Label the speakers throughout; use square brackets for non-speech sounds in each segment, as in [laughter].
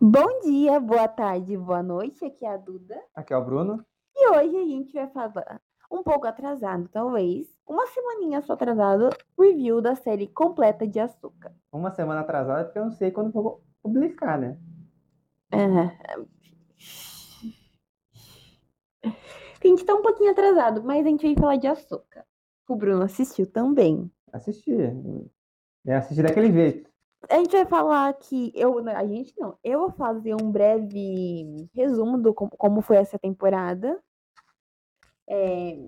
Speaker 1: Bom dia, boa tarde, boa noite. Aqui é a Duda.
Speaker 2: Aqui é o Bruno.
Speaker 1: E hoje a gente vai falar, um pouco atrasado talvez, uma semaninha só atrasado, review da série completa de Açúcar.
Speaker 2: Uma semana atrasada, porque eu não sei quando vou publicar, né?
Speaker 1: É. A gente tá um pouquinho atrasado, mas a gente veio falar de Açúcar. O Bruno assistiu também.
Speaker 2: Assisti. É, assisti daquele jeito.
Speaker 1: A gente vai falar que eu, né, a gente não, eu vou fazer um breve resumo do com- como foi essa temporada. É,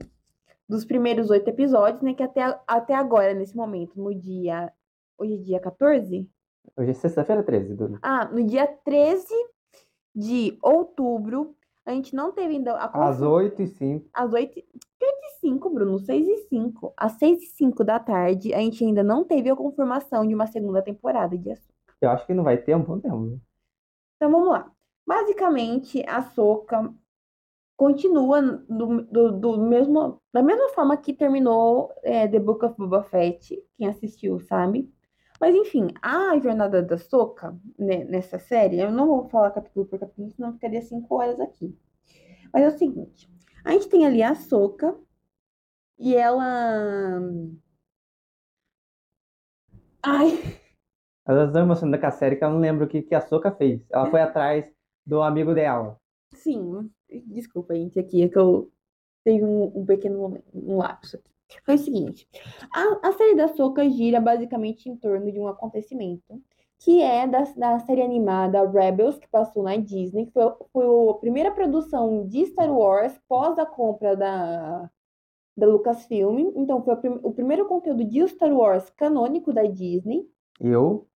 Speaker 1: dos primeiros oito episódios, né? Que até, a- até agora, nesse momento, no dia. Hoje é dia 14?
Speaker 2: Hoje é sexta-feira 13, Duda.
Speaker 1: Ah, no dia 13 de outubro, a gente não teve ainda a
Speaker 2: Às 8 e 5
Speaker 1: às 8 5, Bruno, 6 e 5. Às 6 e 5 da tarde, a gente ainda não teve a confirmação de uma segunda temporada de Açúcar.
Speaker 2: Eu acho que não vai ter um bom tempo.
Speaker 1: Então vamos lá. Basicamente, a Soca continua do, do, do mesmo, da mesma forma que terminou é, The Book of Boba Fett, quem assistiu sabe. Mas enfim, a jornada da Soca né, nessa série, eu não vou falar capítulo por capítulo, senão ficaria cinco horas aqui. Mas é o seguinte, a gente tem ali a Soca e ela. Ai,
Speaker 2: Ela estão emocionando com a série que eu não lembro o que, que a Soca fez. Ela
Speaker 1: [laughs]
Speaker 2: foi atrás do amigo dela.
Speaker 1: Sim, desculpa, gente, aqui é que eu tenho um, um pequeno momento, um lapso aqui. Foi o seguinte, a, a série da Soca gira basicamente em torno de um acontecimento que é da, da série animada Rebels, que passou na Disney, que foi, foi a primeira produção de Star Wars pós a compra da, da Lucasfilm. Então, foi o prim- o primeiro conteúdo de Star Wars canônico da Disney.
Speaker 2: Eu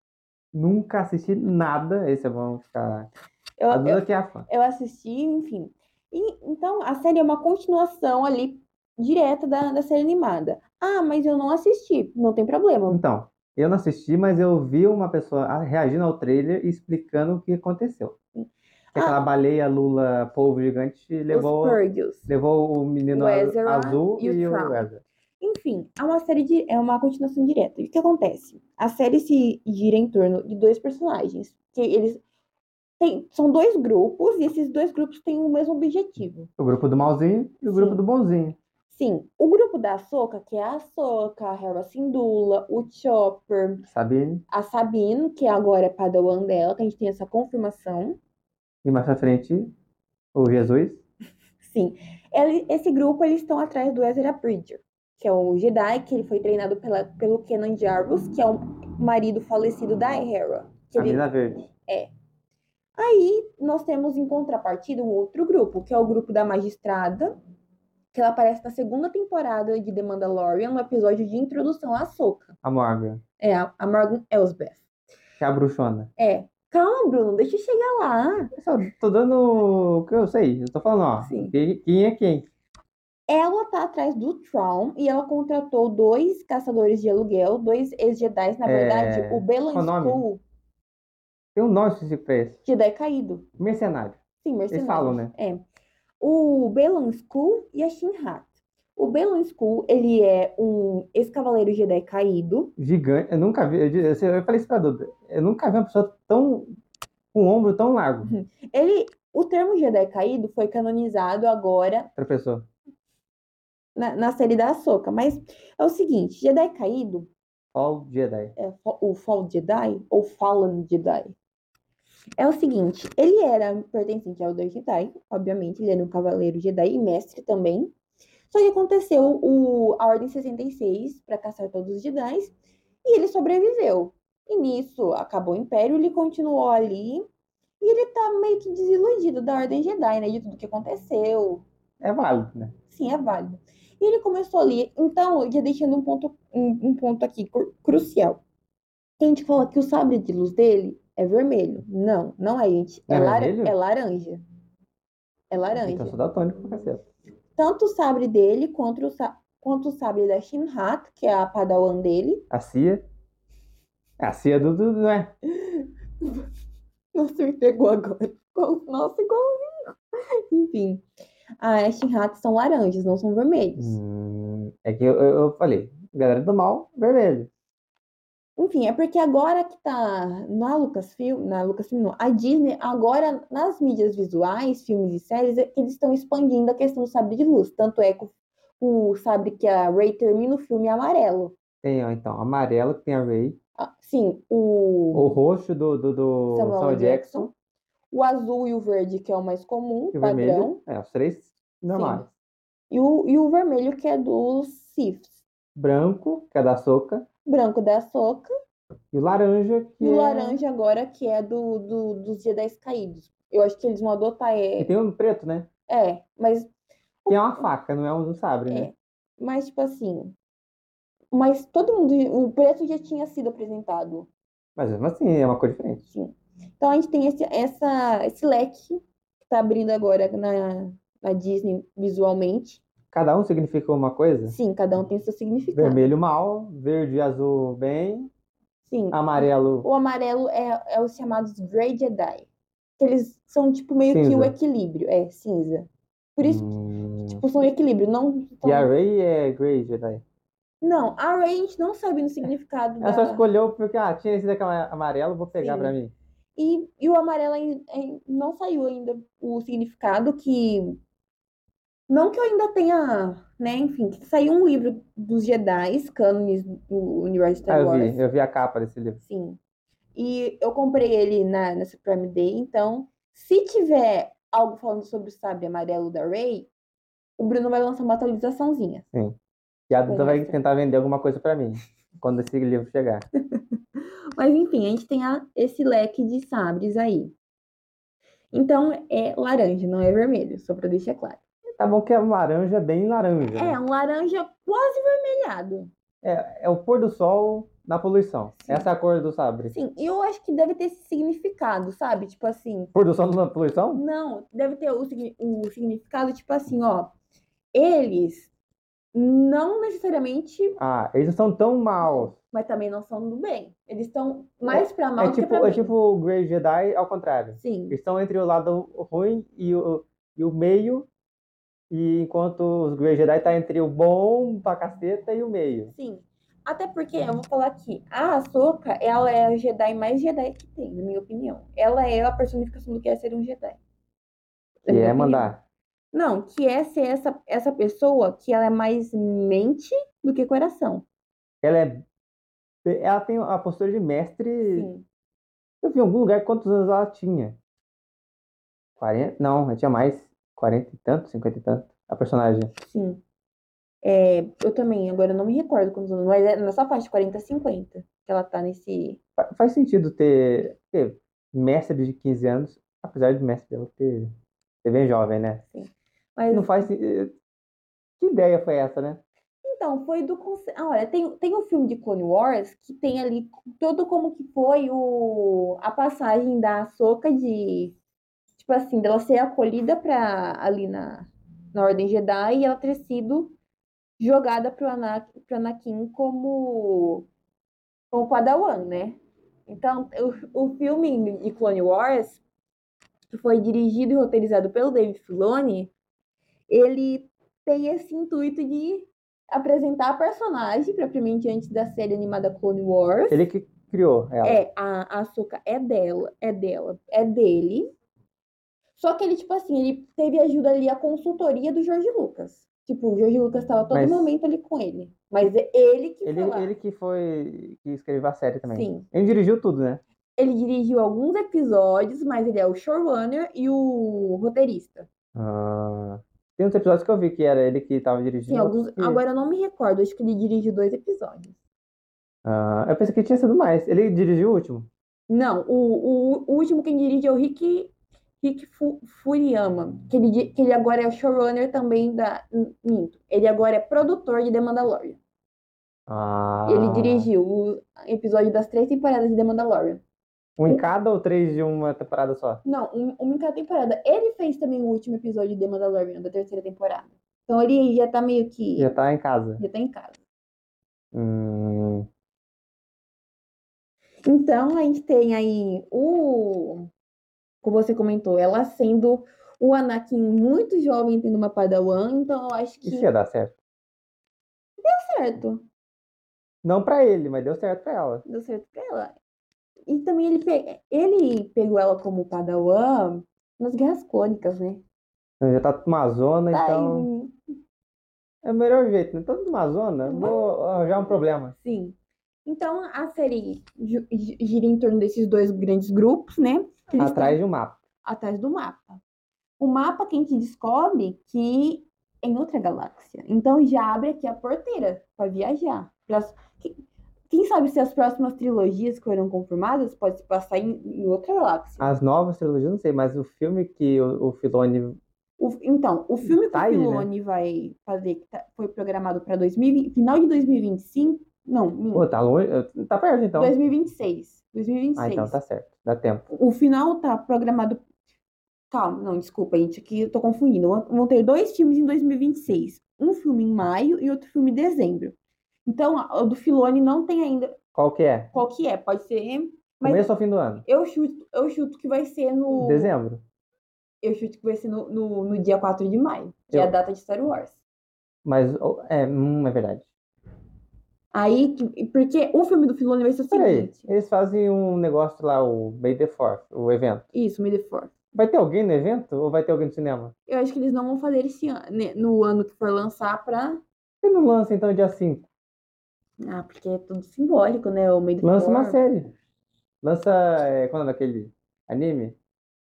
Speaker 2: nunca assisti nada. Esse é bom ficar.
Speaker 1: Eu-
Speaker 2: A
Speaker 1: eu-
Speaker 2: Duda que é a fã.
Speaker 1: eu assisti, enfim. E, então, a série é uma continuação ali direta da, da série animada. Ah, mas eu não assisti. Não tem problema.
Speaker 2: Então, eu não assisti, mas eu vi uma pessoa ah, reagindo ao trailer e explicando o que aconteceu. Que aquela baleia Lula, polvo gigante, levou.
Speaker 1: Ah. Os Purgils.
Speaker 2: Levou o menino
Speaker 1: O
Speaker 2: a-
Speaker 1: Ezra
Speaker 2: azul
Speaker 1: e
Speaker 2: e,
Speaker 1: o
Speaker 2: o
Speaker 1: Thrawn.
Speaker 2: Ezra.
Speaker 1: Enfim, é uma série de, é uma continuação direta. E o que acontece? A série se gira em torno de dois personagens, que eles têm, são dois grupos e esses dois grupos têm o mesmo objetivo.
Speaker 2: O grupo do malzinho e o
Speaker 1: Sim.
Speaker 2: grupo do bonzinho.
Speaker 1: Sim, o grupo da Ahsoka, que é a Ahsoka, a Hera Syndulla, o Chopper,
Speaker 2: Sabine.
Speaker 1: a Sabine, que agora é padawan dela, que a gente tem essa confirmação.
Speaker 2: E mais pra frente, o Jesus.
Speaker 1: Sim. Ele- esse grupo, eles estão atrás do Ezra Bridger, que é um Jedi, que ele foi treinado pela, pelo Kenan Jarvis, que é o marido falecido da Hera. Que
Speaker 2: A
Speaker 1: ele-
Speaker 2: menina verde.
Speaker 1: Aí, nós temos em contrapartida um outro grupo, que é o grupo da Magistrada, que ela aparece na segunda temporada de The Mandalorian, no episódio de introdução à Ahsoka.
Speaker 2: A Morgan.
Speaker 1: É, a a Morgan Elsbeth.
Speaker 2: Que é a bruxona.
Speaker 1: É. Calma, Bruno, deixa eu chegar lá.
Speaker 2: Eu só tô dando o que eu sei. Eu tô falando, ó.
Speaker 1: Sim.
Speaker 2: Quem, quem é quem?
Speaker 1: Ela tá atrás do Traum e ela contratou dois caçadores de aluguel, dois ex-jedis, na
Speaker 2: É,
Speaker 1: verdade, o Belan
Speaker 2: qual o nome?
Speaker 1: Skull,
Speaker 2: Tem um nome específico pra esse.
Speaker 1: Jedi é caído.
Speaker 2: Mercenário.
Speaker 1: Sim, mercenários.
Speaker 2: falam, né?
Speaker 1: É. O Belan Skull e a Shinhat. O Belan Skull, ele é um ex-cavaleiro Jedi caído.
Speaker 2: Gigante. Eu nunca vi. Eu, di- eu sei- eu falei isso pra Duda. Eu nunca vi uma pessoa tão. Com um ombro tão largo.
Speaker 1: Uhum. Ele, o termo Jedi caído foi canonizado agora
Speaker 2: Professor.
Speaker 1: na, na série da Ahsoka, mas é o seguinte, Jedi caído
Speaker 2: Paul Jedi.
Speaker 1: é, fa- o Fall Jedi ou Fallen Jedi. É o seguinte, ele era pertencente ao Elder Jedi, obviamente, ele era um cavaleiro Jedi e mestre também. Só que aconteceu o, a Ordem 66 para caçar todos os Jedi e ele sobreviveu. E nisso acabou o Império, ele continuou ali e ele tá meio que desiludido da Ordem Jedi, né? De tudo que aconteceu,
Speaker 2: É válido, né?
Speaker 1: Sim, é válido. E ele começou ali, então, já deixando um ponto, um, um ponto aqui cru- crucial. Tem gente que fala que o sabre de luz dele é vermelho. Não, não é, gente. É,
Speaker 2: É
Speaker 1: lara-
Speaker 2: vermelho?
Speaker 1: é laranja. É
Speaker 2: Então eu
Speaker 1: laranja.
Speaker 2: sou daltônico pra caceta.
Speaker 1: Tanto o sabre dele quanto o, sa- quanto o sabre da Shinhat, que é a padawan dele. [laughs]
Speaker 2: A CIA. A CIA do, do, não é?
Speaker 1: Nossa, me pegou agora. Nossa, igualzinho. Enfim, a Shinhat são laranjas, não são vermelhos.
Speaker 2: Hum, é que eu, eu, eu falei, galera do mal, vermelho.
Speaker 1: Enfim, é porque agora que tá na Lucasfilm, na Lucasfilm não, a Disney, agora nas mídias visuais, filmes e séries, é- eles estão expandindo a questão do sabre de luz. Tanto é que o- o sabre que a Ray termina o filme é amarelo.
Speaker 2: Tem, ó, então, amarelo, que tem a Ray.
Speaker 1: Ah, Sim, o,
Speaker 2: O roxo do, do, do
Speaker 1: Samuel
Speaker 2: Samuel
Speaker 1: Jackson, o azul e o verde, que é o mais comum,
Speaker 2: E o
Speaker 1: padrão.
Speaker 2: vermelho. É, os três normais.
Speaker 1: E o, e o vermelho, que é dos Siths.
Speaker 2: Branco, que é da Soca.
Speaker 1: Branco da Soca
Speaker 2: E o laranja, que
Speaker 1: e o
Speaker 2: é-
Speaker 1: laranja agora, que é do, do, dos Jedi Caídos. Eu acho que eles vão adotar.
Speaker 2: E
Speaker 1: É,
Speaker 2: tem um preto, né?
Speaker 1: é mas
Speaker 2: Que é uma faca, não é um sabre, né?
Speaker 1: É, mas tipo assim. Mas todo mundo. O preto já tinha sido apresentado.
Speaker 2: Mas mesmo assim, é uma cor diferente.
Speaker 1: Sim. Então a gente tem esse, essa, esse leque que tá abrindo agora na, na Disney visualmente.
Speaker 2: Cada um significa uma coisa.
Speaker 1: Sim, cada um tem seu significado.
Speaker 2: Vermelho, mal. Verde e azul, bem.
Speaker 1: Sim.
Speaker 2: Ah. Amarelo,
Speaker 1: O amarelo é, é os chamados Grey Jedi. Que eles são, tipo, meio que o
Speaker 2: Cinza.
Speaker 1: equilíbrio. É, cinza. Por isso, Então
Speaker 2: Hum.
Speaker 1: tipo, são equilíbrio. Não,
Speaker 2: E a Ray é Grey Jedi.
Speaker 1: não, a Rey a gente não sabe no significado
Speaker 2: Ela É só
Speaker 1: da...
Speaker 2: escolheu porque, ah, tinha esse daqui amarelo, vou pegar
Speaker 1: Sim.
Speaker 2: pra mim.
Speaker 1: E, e o amarelo ain- ain- não saiu ainda o significado que. Não que eu ainda tenha, né? Enfim, que saiu um livro dos Jedi, cânones do universo
Speaker 2: Ah,
Speaker 1: Star
Speaker 2: eu
Speaker 1: Wars.
Speaker 2: vi, eu vi a capa desse livro.
Speaker 1: Sim. E eu comprei ele na, nessa Prime Day, então, se tiver algo falando sobre o sabre amarelo da Rey, o Bruno vai lançar uma atualizaçãozinha.
Speaker 2: E a Duda vai
Speaker 1: Nossa.
Speaker 2: tentar vender alguma coisa pra mim quando esse livro chegar.
Speaker 1: Mas enfim, a gente tem a- esse leque de sabres aí. Então é laranja, não é vermelho, só pra deixar claro.
Speaker 2: Tá bom que é um laranja bem laranja. né?
Speaker 1: É um laranja quase vermelhado.
Speaker 2: É, o pôr do sol na poluição.
Speaker 1: Sim.
Speaker 2: Essa é a cor do sabre.
Speaker 1: Sim, Assim, e eu acho que deve ter esse significado, sabe? Tipo assim,
Speaker 2: Pôr do sol na poluição?
Speaker 1: Não, deve ter o, signi- o significado, tipo assim, ó. Eles não necessariamente,
Speaker 2: Ah, eles não são tão maus.
Speaker 1: mas também não são do bem. Eles estão mais pra mal
Speaker 2: É
Speaker 1: do que
Speaker 2: tipo,
Speaker 1: pra
Speaker 2: é
Speaker 1: bem.
Speaker 2: tipo o Grey Jedi ao contrário.
Speaker 1: Sim,
Speaker 2: Eles estão entre o lado ruim e o, e o meio. E enquanto os Grey Jedi tá entre o bom pra caceta e o meio.
Speaker 1: sim. Até porque, eu vou falar aqui, a Ahsoka, ela é a Jedi mais Jedi que tem, na minha opinião. Ela é a personificação do que é ser um Jedi. Na
Speaker 2: E
Speaker 1: minha
Speaker 2: é
Speaker 1: opinião.
Speaker 2: mandar.
Speaker 1: Não, que é ser essa, essa pessoa que ela é mais mente do que coração.
Speaker 2: Ela é. Ela tem a postura de mestre.
Speaker 1: Sim.
Speaker 2: Eu vi em algum lugar quantos anos ela tinha. 40? Não, ela tinha mais. 40 e tanto, 50 e tanto. A personagem.
Speaker 1: Sim. É, eu também, agora eu não me recordo quantos anos, mas é nessa faixa de 40 a 50 que ela tá nesse.
Speaker 2: Fa- Faz sentido ter, ter mestre de 15 anos, apesar de mestre dela ter, ser bem jovem, né?
Speaker 1: assim. Mas
Speaker 2: Não faz. se- eh, Que ideia foi essa, né?
Speaker 1: então, foi do. conce- Ah, olha, tem, tem o filme de Clone Wars que tem ali todo como que foi o, a passagem da Ahsoka de. Tipo assim, dela ser acolhida pra, ali na, na Ordem Jedi e ela ter sido jogada pro, Ana, pro Anakin como. como Padawan, né? Então, o, o filme de Clone Wars, que foi dirigido e roteirizado pelo David Filoni, ele tem esse intuito de apresentar a personagem, propriamente antes da série animada Clone Wars.
Speaker 2: Ele que criou ela.
Speaker 1: É, a, a Ahsoka é dela, é dela, é dele. Só que ele, tipo assim, ele teve ajuda ali, a consultoria do Jorge Lucas. Tipo, o Jorge Lucas estava todo
Speaker 2: Mas-
Speaker 1: momento ali com ele. Mas é ele que
Speaker 2: ele,
Speaker 1: foi lá.
Speaker 2: ele que foi. que escreveu a série também.
Speaker 1: Sim.
Speaker 2: Ele dirigiu tudo, né?
Speaker 1: Ele dirigiu alguns episódios, mas ele é o showrunner e o roteirista.
Speaker 2: Ah, tem uns episódios que eu vi que era ele que tava dirigindo.
Speaker 1: Sim, alguns.
Speaker 2: outros que-
Speaker 1: Agora eu não me recordo, acho que ele dirigiu dois episódios.
Speaker 2: Ah, eu pensei que tinha sido mais. Ele dirigiu o último.
Speaker 1: Não, o, o- o último quem dirige é o Rick, Rick Fu- Furiyama, que ele, di- que ele agora é o showrunner também da. Minto. Ele agora é produtor de The Mandalorian.
Speaker 2: Ah,
Speaker 1: Ele dirigiu o episódio das três temporadas de The Mandalorian.
Speaker 2: Um em cada ou três de uma temporada só?
Speaker 1: Não, um, um em cada temporada. Ele fez também o último episódio de The Mandalorian, da terceira temporada. Então ele já tá meio que.
Speaker 2: Já tá em casa.
Speaker 1: Já tá em casa.
Speaker 2: Hum,
Speaker 1: Então, a gente tem aí o. Como você comentou, ela sendo o Anakin muito jovem, tendo uma Padawan, então eu acho que
Speaker 2: isso ia dar certo.
Speaker 1: tá certo.
Speaker 2: Não pra ele, mas deu certo pra ela.
Speaker 1: deu certo pra ela. E também ele, pe- ele pegou ela como padawan nas Guerras Cônicas, né?
Speaker 2: Ela Já tá numa zona,
Speaker 1: Tá,
Speaker 2: então.
Speaker 1: em-
Speaker 2: É o melhor jeito, né? Tô numa zona, vou arranjar um problema.
Speaker 1: Sim. Então a série gi- gi- gira em torno desses dois grandes grupos, né? Que eles estão
Speaker 2: Atrás de um mapa.
Speaker 1: atrás do mapa. O mapa que a gente descobre que é em outra galáxia. Então já abre aqui a porteira para viajar. Pras- que- Quem sabe se as próximas trilogias que foram confirmadas pode se passar em, em outra galáxia.
Speaker 2: As novas trilogias, não sei, mas o filme que o, o Filoni.
Speaker 1: O- então, o filme que
Speaker 2: Tá
Speaker 1: o
Speaker 2: aí, né?
Speaker 1: Filoni vai fazer, que tá- foi programado para final de 2025, não, minto,
Speaker 2: Pô, tá longe. Tá perto então.
Speaker 1: 2026. 2026.
Speaker 2: Ah, então tá certo. Dá tempo.
Speaker 1: O final tá programado. Calma, não, desculpa, gente, aqui eu tô confundindo. Vão- Vão ter dois filmes em 2026. Um filme em maio e outro filme em dezembro. Então, a- o do Filone não tem ainda
Speaker 2: Qual que é?
Speaker 1: qual que é. Pode ser. Mas-
Speaker 2: Começo ou fim do ano?
Speaker 1: Eu chuto, eu chuto que vai ser no.
Speaker 2: Dezembro.
Speaker 1: Eu chuto que vai ser no, no, no dia 4 de maio, que é a
Speaker 2: Eu-
Speaker 1: data de Star Wars.
Speaker 2: Mas oh, é, hum, é verdade.
Speaker 1: Aí, que- porque o filme do Filone vai ser o
Speaker 2: Peraí,
Speaker 1: seguinte.
Speaker 2: eles fazem um negócio lá, o May the Fourth, o evento.
Speaker 1: Isso, May the Fourth.
Speaker 2: Vai ter alguém no evento ou vai ter alguém no cinema?
Speaker 1: Eu acho que eles não vão fazer esse ano, né, no ano que for lançar pra.
Speaker 2: Por que não lança então dia 5?
Speaker 1: Ah, porque é tudo simbólico, né? O May the
Speaker 2: Lança uma
Speaker 1: Fourth.
Speaker 2: série. Lança. É, quando é aquele anime?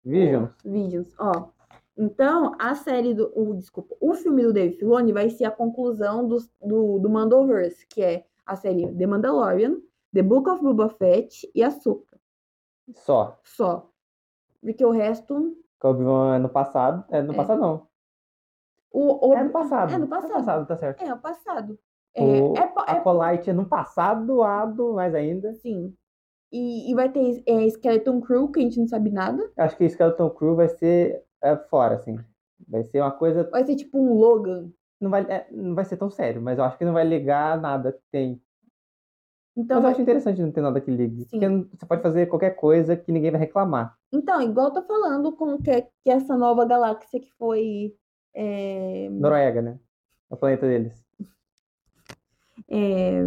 Speaker 2: Vision?
Speaker 1: Visions, ó. Então, a série do. O, desculpa, o filme do Dave Filoni vai ser a conclusão dos- do, do Mandoverse, que é a série The Mandalorian, The Book of Boba Fett e Ahsoka.
Speaker 2: Só.
Speaker 1: Só. Porque o resto.
Speaker 2: Que o Obi-Wan é no passado. É no
Speaker 1: É.
Speaker 2: passado não.
Speaker 1: O, o-
Speaker 2: É no passado.
Speaker 1: É no
Speaker 2: É
Speaker 1: passado.
Speaker 2: no passado, tá certo.
Speaker 1: é o passado. É,
Speaker 2: O-
Speaker 1: é, po-
Speaker 2: A
Speaker 1: é
Speaker 2: Colite é no passado, ado, mais ainda.
Speaker 1: sim. Assim, E, e vai ter é, Skeleton Crew, que a gente não sabe nada.
Speaker 2: Acho que Skeleton Crew vai ser é, fora, assim. Vai ser uma coisa.
Speaker 1: Vai ser tipo um Logan.
Speaker 2: Não vai, é, não vai ser tão sério, mas eu acho que não vai ligar nada que tem.
Speaker 1: Então,
Speaker 2: mas eu acho interessante não ter nada que ligue.
Speaker 1: Sim.
Speaker 2: Porque não- você pode fazer qualquer coisa que ninguém vai reclamar.
Speaker 1: então igual eu tô falando com que, é, que essa nova galáxia que foi. é,
Speaker 2: Noruega, né? É O planeta deles.
Speaker 1: É,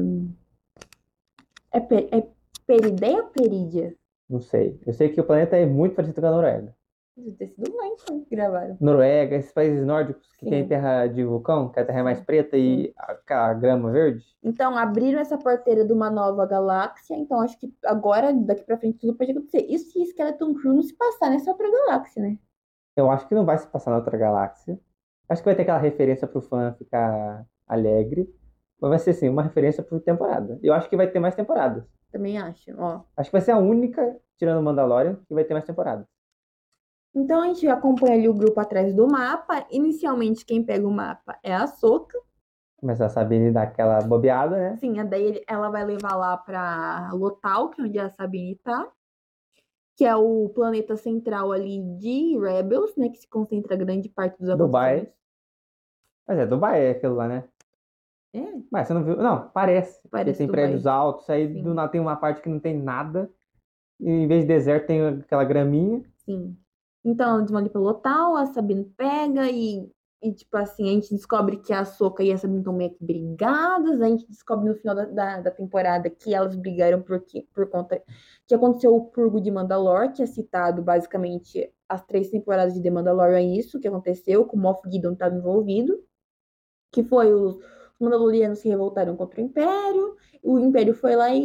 Speaker 1: é, pe- é Perideia ou Perídia?
Speaker 2: Não sei. Eu sei que o planeta é muito parecido com a Noruega.
Speaker 1: Deve ter sido lá então que gravaram.
Speaker 2: Noruega, esses países nórdicos que
Speaker 1: Sim.
Speaker 2: tem terra de vulcão, que a terra é mais preta e a, a grama verde.
Speaker 1: Então, abriram essa porteira de uma nova galáxia, então acho que agora, daqui pra frente, tudo pode acontecer. Isso se Skeleton Crew não se passar nessa outra galáxia, né?
Speaker 2: Eu acho que não vai se passar na outra galáxia. Acho que vai ter aquela referência pro fã ficar alegre. Mas vai ser sim, uma referência por temporada. Eu acho que vai ter mais temporadas.
Speaker 1: Também acho, ó.
Speaker 2: Acho que vai ser a única, tirando o Mandalorian, que vai ter mais temporadas.
Speaker 1: Então, a gente acompanha ali o grupo atrás do mapa. Inicialmente, quem pega o mapa é a Soca.
Speaker 2: Mas a Sabine dá aquela bobeada, né?
Speaker 1: Sim, a daí ele- ela vai levar lá pra Lotal, que é onde a Sabine tá. Que é o planeta central ali de Rebels, né? Que se concentra grande parte dos
Speaker 2: Dubai.
Speaker 1: acontecimentos.
Speaker 2: Mas é Dubai, é aquilo lá, né?
Speaker 1: É,
Speaker 2: Mas você não viu? Não, parece. Porque
Speaker 1: Parece
Speaker 2: tem
Speaker 1: Dubai.
Speaker 2: prédios altos, aí
Speaker 1: Sim.
Speaker 2: do nada tem uma parte que não tem nada. E em vez de deserto tem aquela graminha.
Speaker 1: sim. Então, eles vão ali pro Lotal, a Sabine pega e, e, tipo assim, a gente descobre que a Soca e a Sabine estão meio que brigadas. A gente descobre no final da, da, da temporada que elas brigaram porque, por conta que aconteceu o purgo de Mandalore, que é citado basicamente as três temporadas de The Mandalorian, é isso que aconteceu, que o Moff Gideon estava envolvido, que foi os, os Mandalorianos se revoltaram contra o Império, o Império foi lá e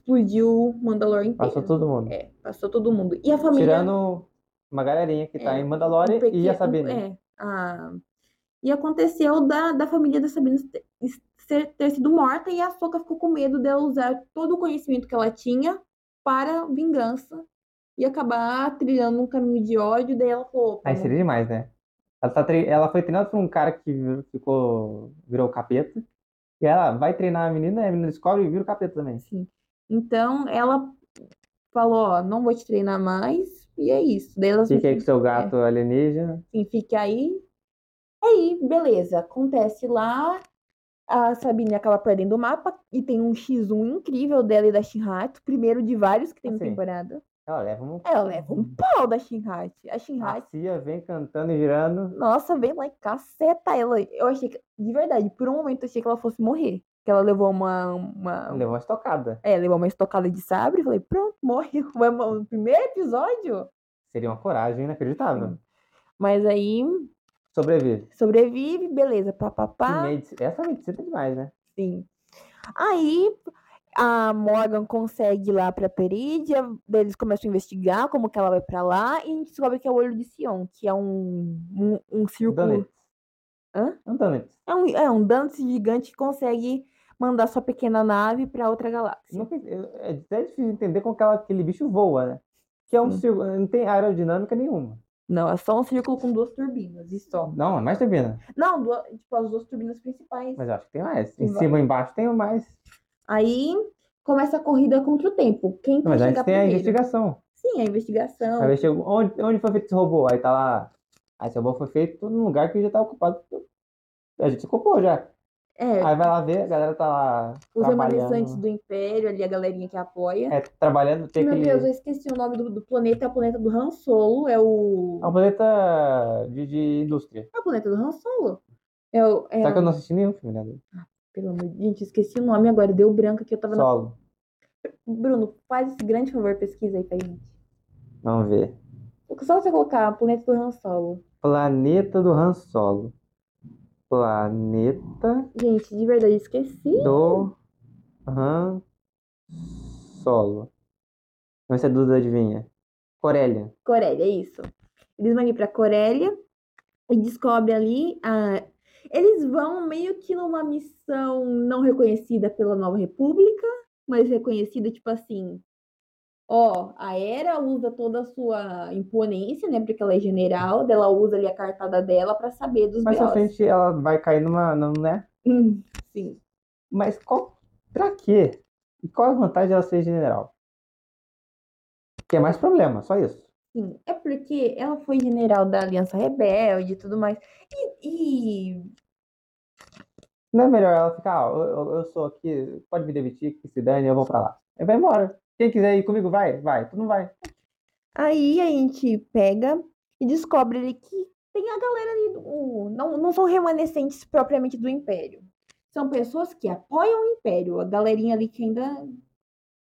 Speaker 1: explodiu Mandalore inteiro.
Speaker 2: Passou todo mundo.
Speaker 1: É, passou todo mundo. E a família.
Speaker 2: Tirando uma galerinha que tá
Speaker 1: É,
Speaker 2: em Mandalorian
Speaker 1: um pequeno-
Speaker 2: e né? a Sabine.
Speaker 1: É, a- E aconteceu da, da família da Sabine ter- ser- ter sido morta e a Soca ficou com medo dela usar todo o conhecimento que ela tinha para vingança e acabar trilhando um caminho de ódio. Daí ela falou: opa,
Speaker 2: Aí
Speaker 1: não-
Speaker 2: seria demais, né? Ela, tá tre- ela foi treinada por um cara que vir- ficou. virou o capeta. E ela vai treinar a menina, e a menina descobre e vira o capeta também.
Speaker 1: Sim. é assim." Então ela falou: ó, não vou te treinar mais. E é isso. Daí ela
Speaker 2: Fica aí com seu gato
Speaker 1: é.
Speaker 2: alienígena.
Speaker 1: Enfim, fique aí. É Aí, beleza, acontece lá. A Sabine acaba perdendo o mapa e tem um X1 incrível dela e da Shinrat, primeiro de vários que tem na
Speaker 2: Assim.
Speaker 1: temporada.
Speaker 2: Ela leva um.
Speaker 1: Ela leva um pau da Shinrat. A
Speaker 2: A
Speaker 1: Shinrat,
Speaker 2: Cia vem cantando e girando.
Speaker 1: nossa, vem lá e caceta ela. Eu achei que, de verdade, por um momento eu achei que ela fosse morrer. Que que ela levou uma, uma,
Speaker 2: Levou uma estocada.
Speaker 1: é, levou uma estocada de sabre. Falei, pronto, morreu. [laughs] Mas, mano, No primeiro episódio.
Speaker 2: Seria uma coragem inacreditável.
Speaker 1: Mas aí
Speaker 2: Sobrevive.
Speaker 1: sobrevive, beleza,
Speaker 2: Que
Speaker 1: papapá.
Speaker 2: medici- Essa medicina é demais, né?
Speaker 1: Sim. Aí a Morgan consegue ir lá pra Perídia, daí eles começam a investigar como que ela vai pra lá e a gente descobre que é o olho de Sion, que é um, um, um círculo.
Speaker 2: Donuts.
Speaker 1: Hã?
Speaker 2: Um donuts.
Speaker 1: É um, é um Dante gigante que consegue mandar sua pequena nave pra outra galáxia.
Speaker 2: Nunca- eu- É até difícil entender como que ela- aquele bicho voa, né? Que é um
Speaker 1: Sim.
Speaker 2: círculo, não tem aerodinâmica nenhuma.
Speaker 1: Não, é só um círculo com duas turbinas e só.
Speaker 2: Não, é mais turbina.
Speaker 1: Não, duas, tipo, as duas turbinas principais.
Speaker 2: Mas é eu acho que tem mais.
Speaker 1: Tem
Speaker 2: Em cima e embaixo tem mais.
Speaker 1: Aí começa a corrida contra o tempo. Quem
Speaker 2: Não, mas
Speaker 1: chegar
Speaker 2: antes tem a
Speaker 1: primeiro?
Speaker 2: investigação.
Speaker 1: Sim, a investigação.
Speaker 2: Pra ver se- onde, onde foi feito esse robô? Aí tá lá. Aí esse robô foi feito num lugar que já tá ocupado. A gente se ocupou já.
Speaker 1: É,
Speaker 2: Aí vai lá ver, a galera tá lá
Speaker 1: os remanescentes
Speaker 2: trabalhando.
Speaker 1: do Império, ali a galerinha que apoia.
Speaker 2: É, trabalhando, tem
Speaker 1: Meu
Speaker 2: aquele.
Speaker 1: Deus, eu esqueci o nome do, do planeta. É o planeta do Han Solo. É o.
Speaker 2: É um planeta de, de indústria.
Speaker 1: É o planeta do Han Solo. É o. É
Speaker 2: Só que eu
Speaker 1: a-
Speaker 2: não assisti nenhum filme, né?
Speaker 1: Pelo amor de Gente, esqueci o nome agora. Deu branco aqui. Eu tava. na-
Speaker 2: Solo.
Speaker 1: Bruno, faz esse grande favor, pesquisa aí pra gente.
Speaker 2: Vamos ver.
Speaker 1: Só você colocar planeta do Han Solo.
Speaker 2: Planeta do Han Solo. Planeta
Speaker 1: Gente, de verdade, esqueci.
Speaker 2: do Han Solo. Vamos ver se a Duda adivinha. Corélia.
Speaker 1: Corélia, é isso. Eles vão ali pra Corélia e descobrem ali. A... Eles vão meio que numa missão não reconhecida pela Nova República, mas reconhecida, tipo assim. Ó, a Era usa toda a sua imponência, né? Porque ela é general, dela usa ali a cartada dela pra saber dos
Speaker 2: Mais pra
Speaker 1: B.O.s.
Speaker 2: frente ela vai cair numa. Não, né?
Speaker 1: Hum, Sim.
Speaker 2: Mas qual. Pra quê? E qual a vantagem dela ser general? Que é mais problema, só isso.
Speaker 1: Sim, é porque ela foi general da Aliança Rebelde e tudo mais. E, e
Speaker 2: Não é melhor ela ficar, ó, eu, eu- eu sou aqui, pode me demitir, que se dane, eu vou pra lá. Aí vai embora. Quem quiser ir comigo, vai, vai. Tu não vai.
Speaker 1: Aí a gente pega e descobre ali que tem a galera ali, do- o- não, não são remanescentes propriamente do Império. São pessoas que apoiam o Império, a galerinha ali que ainda,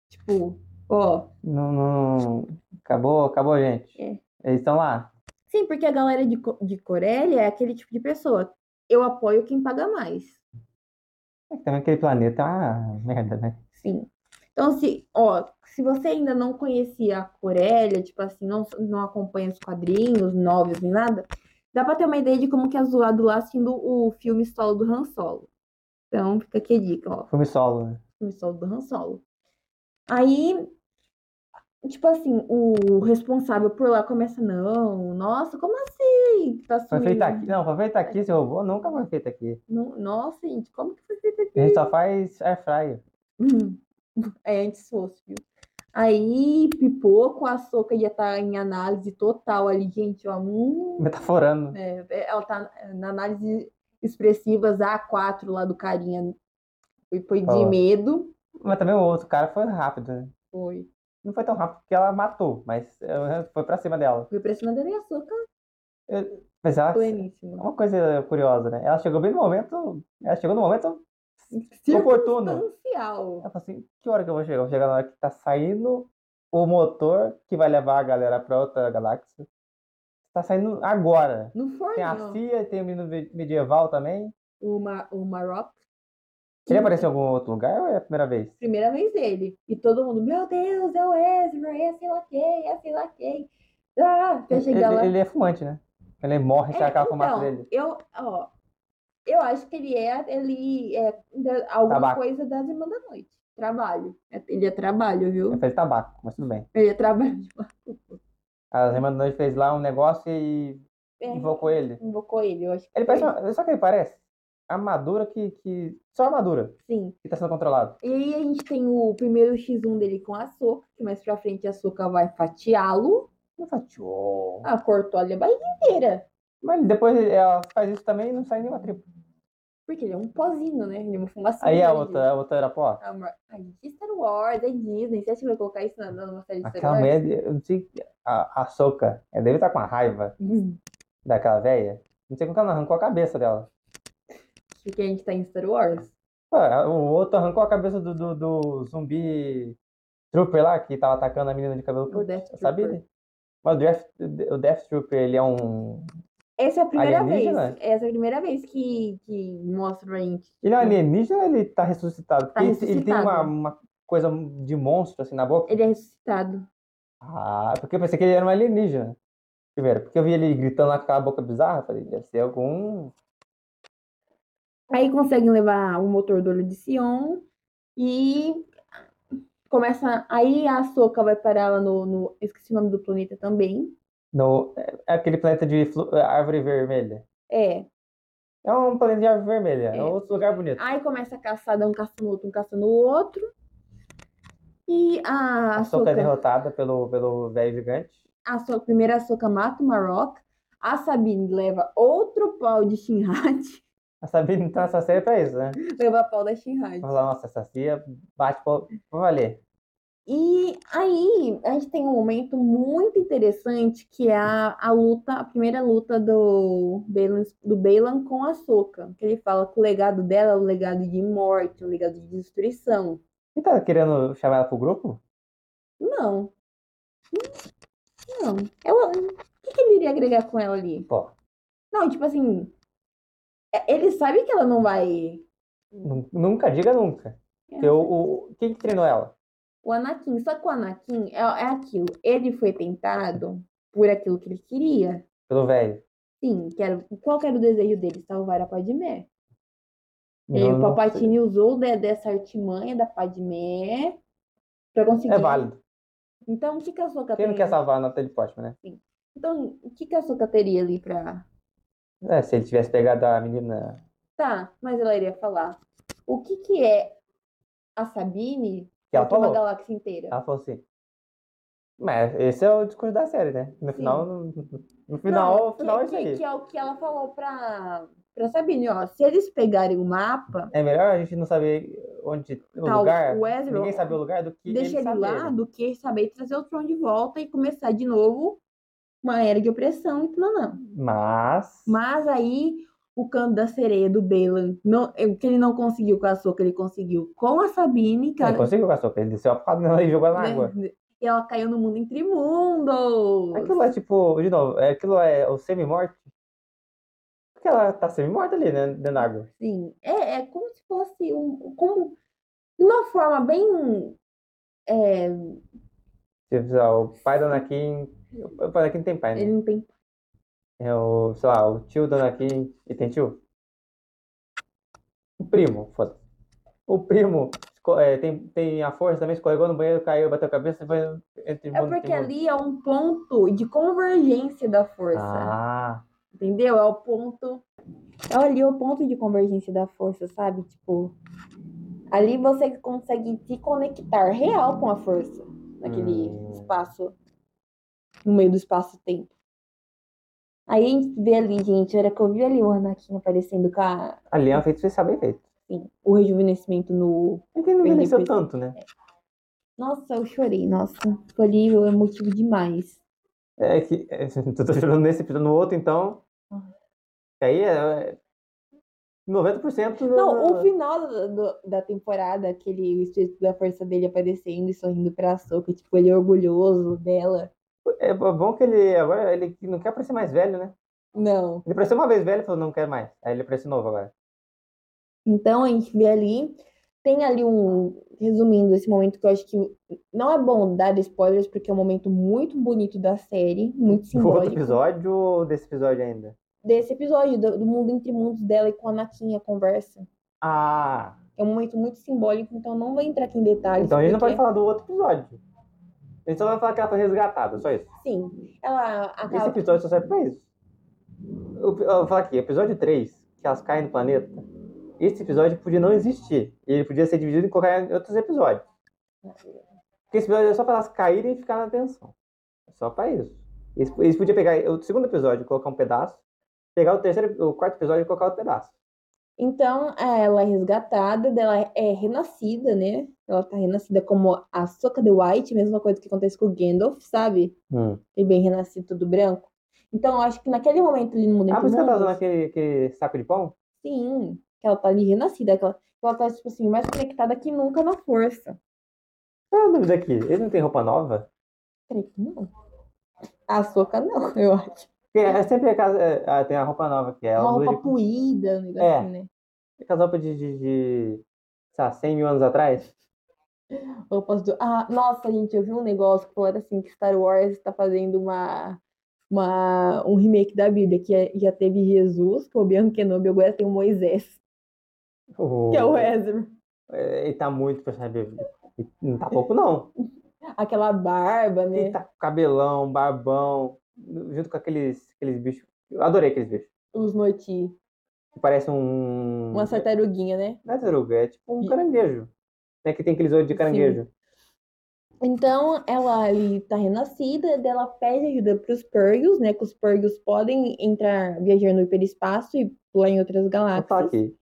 Speaker 1: tipo, ó.
Speaker 2: Não, não. Acabou, acabou, gente.
Speaker 1: É.
Speaker 2: Eles estão lá.
Speaker 1: Sim, porque a galera de, Co- de Corélia é aquele tipo de pessoa. Eu apoio quem paga mais.
Speaker 2: É que também aquele planeta é uma merda, né?
Speaker 1: Sim. Então, se, ó, se você ainda não conhecia a Corélia, tipo assim, não, não acompanha os quadrinhos, novos, nem nada, dá pra ter uma ideia de como que é zoado lá assistindo o filme solo do Han Solo. Então, fica aqui a dica, ó,
Speaker 2: Filme solo, né?
Speaker 1: filme solo do Han Solo. Aí, tipo assim, o responsável por lá começa, não, nossa, como assim? que Tá
Speaker 2: Foi feito
Speaker 1: sumindo?"
Speaker 2: aqui. Não, foi feito aqui, esse robô nunca foi feito aqui.
Speaker 1: Não, nossa, gente, como que foi feito aqui?
Speaker 2: A gente só faz air fryer.
Speaker 1: Hum. É, antes fosse, viu? Aí, pipoco, a Soca já tá em análise total ali, gente, ó. Hum,
Speaker 2: Metaforando.
Speaker 1: é, é, ela tá na análise expressivas A4 lá do carinha. Foi, foi de
Speaker 2: Ó.
Speaker 1: medo.
Speaker 2: Mas também o outro cara foi rápido, né?
Speaker 1: Foi.
Speaker 2: Não foi tão rápido que ela matou, mas eh, foi pra cima dela.
Speaker 1: Foi pra cima dela e a Soca
Speaker 2: Mas ela. é
Speaker 1: pleníssima.
Speaker 2: Uma coisa curiosa, né? Ela chegou bem no momento. Ela chegou no momento Oportuna.
Speaker 1: Circunstancial.
Speaker 2: Ela falou assim, que hora que eu vou chegar? Eu vou chegar na hora que tá saindo o motor que vai levar a galera pra outra galáxia. Tá saindo agora.
Speaker 1: No
Speaker 2: Tem a
Speaker 1: forno,
Speaker 2: CIA, tem o menino me- medieval também.
Speaker 1: uma, uma rock.
Speaker 2: Ele apareceu em algum outro lugar ou é a primeira vez?
Speaker 1: primeira vez dele. E todo mundo, meu Deus, é o Ezra, é sei lá quem, é sei lá quem. Ah, até
Speaker 2: Ele,
Speaker 1: chegar lá.
Speaker 2: ele é fumante, né? Ele morre, sai
Speaker 1: É,
Speaker 2: aquela fumaça
Speaker 1: então,
Speaker 2: dele.
Speaker 1: Eu, ó, eu acho que ele é, ele é da- alguma
Speaker 2: Tabaco.
Speaker 1: coisa das Irmãs da Noite. Trabalho. É- Ele é trabalho,
Speaker 2: Ele
Speaker 1: viu?
Speaker 2: fez tabaco, mas tudo bem.
Speaker 1: Ele é trabalho.
Speaker 2: A irmã da noite fez lá um negócio e
Speaker 1: É,
Speaker 2: invocou ele.
Speaker 1: invocou ele, eu acho que
Speaker 2: Ele
Speaker 1: foi.
Speaker 2: parece uma, Só que ele parece a armadura que, que. Só a armadura
Speaker 1: Sim.
Speaker 2: que tá sendo controlado.
Speaker 1: E aí a gente tem o primeiro X1 dele com a Soca, que mais pra frente a Soca vai fatiá-lo.
Speaker 2: Não fatiou.
Speaker 1: Ah, cortou ali a barriga inteira.
Speaker 2: Mas depois ela faz isso também e não sai nenhuma tribo.
Speaker 1: Porque ele é um pozinho, né? Ele é uma fumacinha.
Speaker 2: Aí a
Speaker 1: grande.
Speaker 2: outra, a outra era pó.
Speaker 1: A Mar- Ai, gente, Star Wars, é Disney. Você acha que vai colocar isso na, numa série de Star
Speaker 2: Aquela
Speaker 1: Wars?
Speaker 2: mulher, é de- eu não sei, a, a Soca, ela deve estar com a raiva
Speaker 1: Hum.
Speaker 2: daquela velha. Não sei como que ela não arrancou a cabeça dela.
Speaker 1: Porque a gente tá em Star Wars.
Speaker 2: Pô, é, o outro arrancou a cabeça do, do, do zumbi Trooper lá, que tava atacando a menina de cabelo curto.
Speaker 1: Death
Speaker 2: Sabia?
Speaker 1: Trooper.
Speaker 2: Mas o Death, o Death Trooper, ele é um.
Speaker 1: Essa é a primeira
Speaker 2: Alienígena?
Speaker 1: vez. Essa é a primeira vez que, que mostra pra gente.
Speaker 2: Ele é um alienígena ou ele tá ressuscitado? Porque
Speaker 1: Tá
Speaker 2: ele- ele tem uma,
Speaker 1: ressuscitado.
Speaker 2: uma coisa de monstro assim na boca.
Speaker 1: Ele é ressuscitado.
Speaker 2: Ah, porque eu pensei que ele era um alienígena. Primeiro, porque eu vi ele gritando lá com aquela boca bizarra, eu falei, deve ser algum.
Speaker 1: Aí conseguem levar o motor do olho de Sion e começa. Aí a Soca vai parar lá no, no. eu Esqueci o nome do planeta também.
Speaker 2: No... É aquele planeta de flu- é, árvore vermelha.
Speaker 1: É.
Speaker 2: É um planeta de árvore vermelha, é,
Speaker 1: É.
Speaker 2: outro lugar bonito.
Speaker 1: Aí começa a caçada, um caça no outro, um caça no outro. E a
Speaker 2: A Soca é
Speaker 1: Soca,
Speaker 2: derrotada pelo pelo velho gigante.
Speaker 1: a Soca, primeiro a Soca mata o Marok. A Sabine leva outro pau de Shinrat.
Speaker 2: A Sabine então essa série é pra isso, né?
Speaker 1: [laughs] leva pau da Shinrat.
Speaker 2: Vai falar, nossa, essa cia bate pra pra valer.
Speaker 1: E aí a gente tem um momento muito interessante que é a, a luta, a primeira luta do Balan, do Balan com a Sokka, que ele fala que o legado dela é o legado de morte, o legado de destruição.
Speaker 2: Você tá querendo chamar ela pro grupo?
Speaker 1: Não. Não. Ela, o que, que ele iria agregar com ela ali?
Speaker 2: Pô,
Speaker 1: Não, tipo assim, é- ele sabe que ela não vai.
Speaker 2: nu- nunca diga nunca.
Speaker 1: É.
Speaker 2: Porque o, o- Quem que treinou ela?
Speaker 1: O Anakin, só que o Anakin é, é aquilo, ele foi tentado por aquilo que ele queria.
Speaker 2: Pelo velho.
Speaker 1: Sim, que era- qual que era o desejo dele? Salvar a Padmé. E aí
Speaker 2: Não-
Speaker 1: o
Speaker 2: não-
Speaker 1: Palpatine usou de- dessa artimanha da Padmé pra conseguir.
Speaker 2: É válido.
Speaker 1: Então, o que, que a Soca
Speaker 2: Quem
Speaker 1: tem?
Speaker 2: não quer salvar na telepótima, né?
Speaker 1: Então, o que, que a Soca teria ali pra.
Speaker 2: É, se ele tivesse pegado a menina
Speaker 1: Tá, mas ela iria falar. O que, que é a Sabine
Speaker 2: que ela
Speaker 1: pra uma
Speaker 2: falou.
Speaker 1: galáxia inteira?
Speaker 2: Ela falou assim. Mas esse é o discurso da série, né? No final. No, no final,
Speaker 1: Não,
Speaker 2: no final é
Speaker 1: que, que-
Speaker 2: isso aí.
Speaker 1: que é o que ela falou pra, pra Sabine, ó. Se eles pegarem o mapa,
Speaker 2: É melhor a gente não saber onde o
Speaker 1: tal,
Speaker 2: lugar.
Speaker 1: Tá, o Ezra,
Speaker 2: Ninguém sabe o lugar do que
Speaker 1: deixa
Speaker 2: ele
Speaker 1: ele
Speaker 2: saber. né?
Speaker 1: lá do que saber trazer o Tron de volta e começar de novo uma era de opressão e não, não.
Speaker 2: Mas.
Speaker 1: Mas aí o canto da sereia do Balan, não, é, o que ele não conseguiu com a Soca, ele conseguiu com a Sabine, que
Speaker 2: Ele
Speaker 1: ela,
Speaker 2: conseguiu É, com a sopa. Ele desceu a porrada nela e jogou ela na água.
Speaker 1: né, e ela caiu no mundo entre mundos.
Speaker 2: Aquilo é tipo. De novo, é- aquilo é o semi-morte. Porque ela tá semi-morta ali, né? Dentro da água.
Speaker 1: Sim, é, é como se fosse um, como de uma forma bem é,
Speaker 2: Tipo, sei lá, o pai do Anakin. O pai do Anakin tem pai, né?
Speaker 1: ele não tem é
Speaker 2: É o, sei lá, o tio do Anakin. E tem tio? O primo, foda O primo esco- é, tem, tem a força também, escorregou no banheiro, caiu, bateu a cabeça e foi entre
Speaker 1: é
Speaker 2: mundo,
Speaker 1: porque
Speaker 2: tem mundo.
Speaker 1: ali é um ponto de convergência da força.
Speaker 2: Ah,
Speaker 1: Entendeu? É o ponto. É ali o ponto de convergência da força, sabe? Tipo, ali você consegue se conectar real com a força, naquele
Speaker 2: Hum.
Speaker 1: espaço, no meio do espaço-tempo. Aí a gente vê ali, gente, a hora que eu vi ali o Anakin aparecendo com a,
Speaker 2: ali é um feito especial bem feito.
Speaker 1: assim, o rejuvenescimento no.
Speaker 2: Ele não
Speaker 1: Bem
Speaker 2: envelheceu
Speaker 1: depois-
Speaker 2: tanto, né?
Speaker 1: Nossa, eu chorei, nossa. Ficou ali eu emotivo demais.
Speaker 2: É que. é, [laughs] tu tá jogando nesse, tu no outro, então.
Speaker 1: Uhum.
Speaker 2: que Aí é. é 90% do-
Speaker 1: Não, o final do- do- da temporada, aquele o espírito da força dele aparecendo e sorrindo pra Soca, tipo, ele é orgulhoso dela.
Speaker 2: É bom que ele agora ele não quer parecer mais velho, né?
Speaker 1: Não.
Speaker 2: Ele apareceu uma vez velho e falou, não quero mais. Aí ele aparece novo agora.
Speaker 1: Então a gente vê ali, tem ali um. Resumindo esse momento que eu acho que não é bom dar spoilers, porque é um momento muito bonito da série, muito
Speaker 2: Do [laughs] outro
Speaker 1: simbólico.
Speaker 2: episódio ou desse episódio ainda?
Speaker 1: Desse episódio, do, do mundo entre mundos dela e com a Anakin a conversa.
Speaker 2: Ah,
Speaker 1: É um momento muito simbólico, então não vou entrar aqui em detalhes.
Speaker 2: então a gente não
Speaker 1: porque-
Speaker 2: pode falar do outro episódio. A gente só vai falar que ela foi resgatada, só isso.
Speaker 1: Sim. Ela
Speaker 2: Esse
Speaker 1: acaba.
Speaker 2: episódio só serve pra isso. Eu, eu vou falar aqui, episódio 3, que elas caem no planeta, esse episódio podia não existir. Ele podia ser dividido em qualquer outros episódios. Porque esse episódio é só pra elas caírem e ficar na tensão. É só pra isso. Eles, eles podiam pegar o segundo episódio e colocar um pedaço, pegar o terceiro, o quarto episódio e colocar outro pedaço.
Speaker 1: Então, eh, ela é resgatada, daí ela é renascida, né? Ela tá renascida como a Soca de White, mesma coisa que acontece com o Gandalf, sabe? Ele bem renascido, tudo branco. Então, eu acho que naquele momento ele não muda
Speaker 2: Ah,
Speaker 1: entre
Speaker 2: por isso que ela tá usando
Speaker 1: mundos.
Speaker 2: aquele, aquele saco de pão?
Speaker 1: Sim. que ela tá ali renascida, que ela, que ela tá, tipo assim, mais conectada que nunca na força.
Speaker 2: Qual é a dúvida aqui? Ele não tem roupa nova?
Speaker 1: Creio que não. A Soca não, [laughs] eu acho.
Speaker 2: Porque é sempre a casa, é, ah, tem a roupa nova que é. Ela
Speaker 1: Uma
Speaker 2: muda
Speaker 1: roupa
Speaker 2: de,
Speaker 1: puída, um negócio
Speaker 2: É.
Speaker 1: assim, né?
Speaker 2: aquelas roupas de, de, de, sei lá, 100 mil anos atrás.
Speaker 1: Roupas do. Ah, nossa, gente, eu vi um negócio que falando assim que Star Wars tá fazendo uma, uma, um remake da Bíblia, que é- já teve Jesus, que é o Bianco Kenobi, agora tem o Moisés, que é o Ezra.
Speaker 2: É, Ele tá muito personagem bíblico. E Não tá pouco, não.
Speaker 1: Aquela barba,
Speaker 2: Ele
Speaker 1: né?
Speaker 2: tá com cabelão, barbão, junto com aqueles, aqueles bichos. Eu adorei aqueles bichos.
Speaker 1: Os Noti.
Speaker 2: Que parece um.
Speaker 1: Uma tartaruguinha, né?
Speaker 2: Não é taruga, é tipo um
Speaker 1: E-
Speaker 2: caranguejo. Né, que tem aqueles olhos de
Speaker 1: Sim.
Speaker 2: caranguejo.
Speaker 1: Então, ela ali tá renascida, daí ela pede ajuda pros Purgles, né? Que os Purgles podem entrar, viajar no hiperespaço e pular em outras
Speaker 2: Vou falar
Speaker 1: galáxias.
Speaker 2: aqui.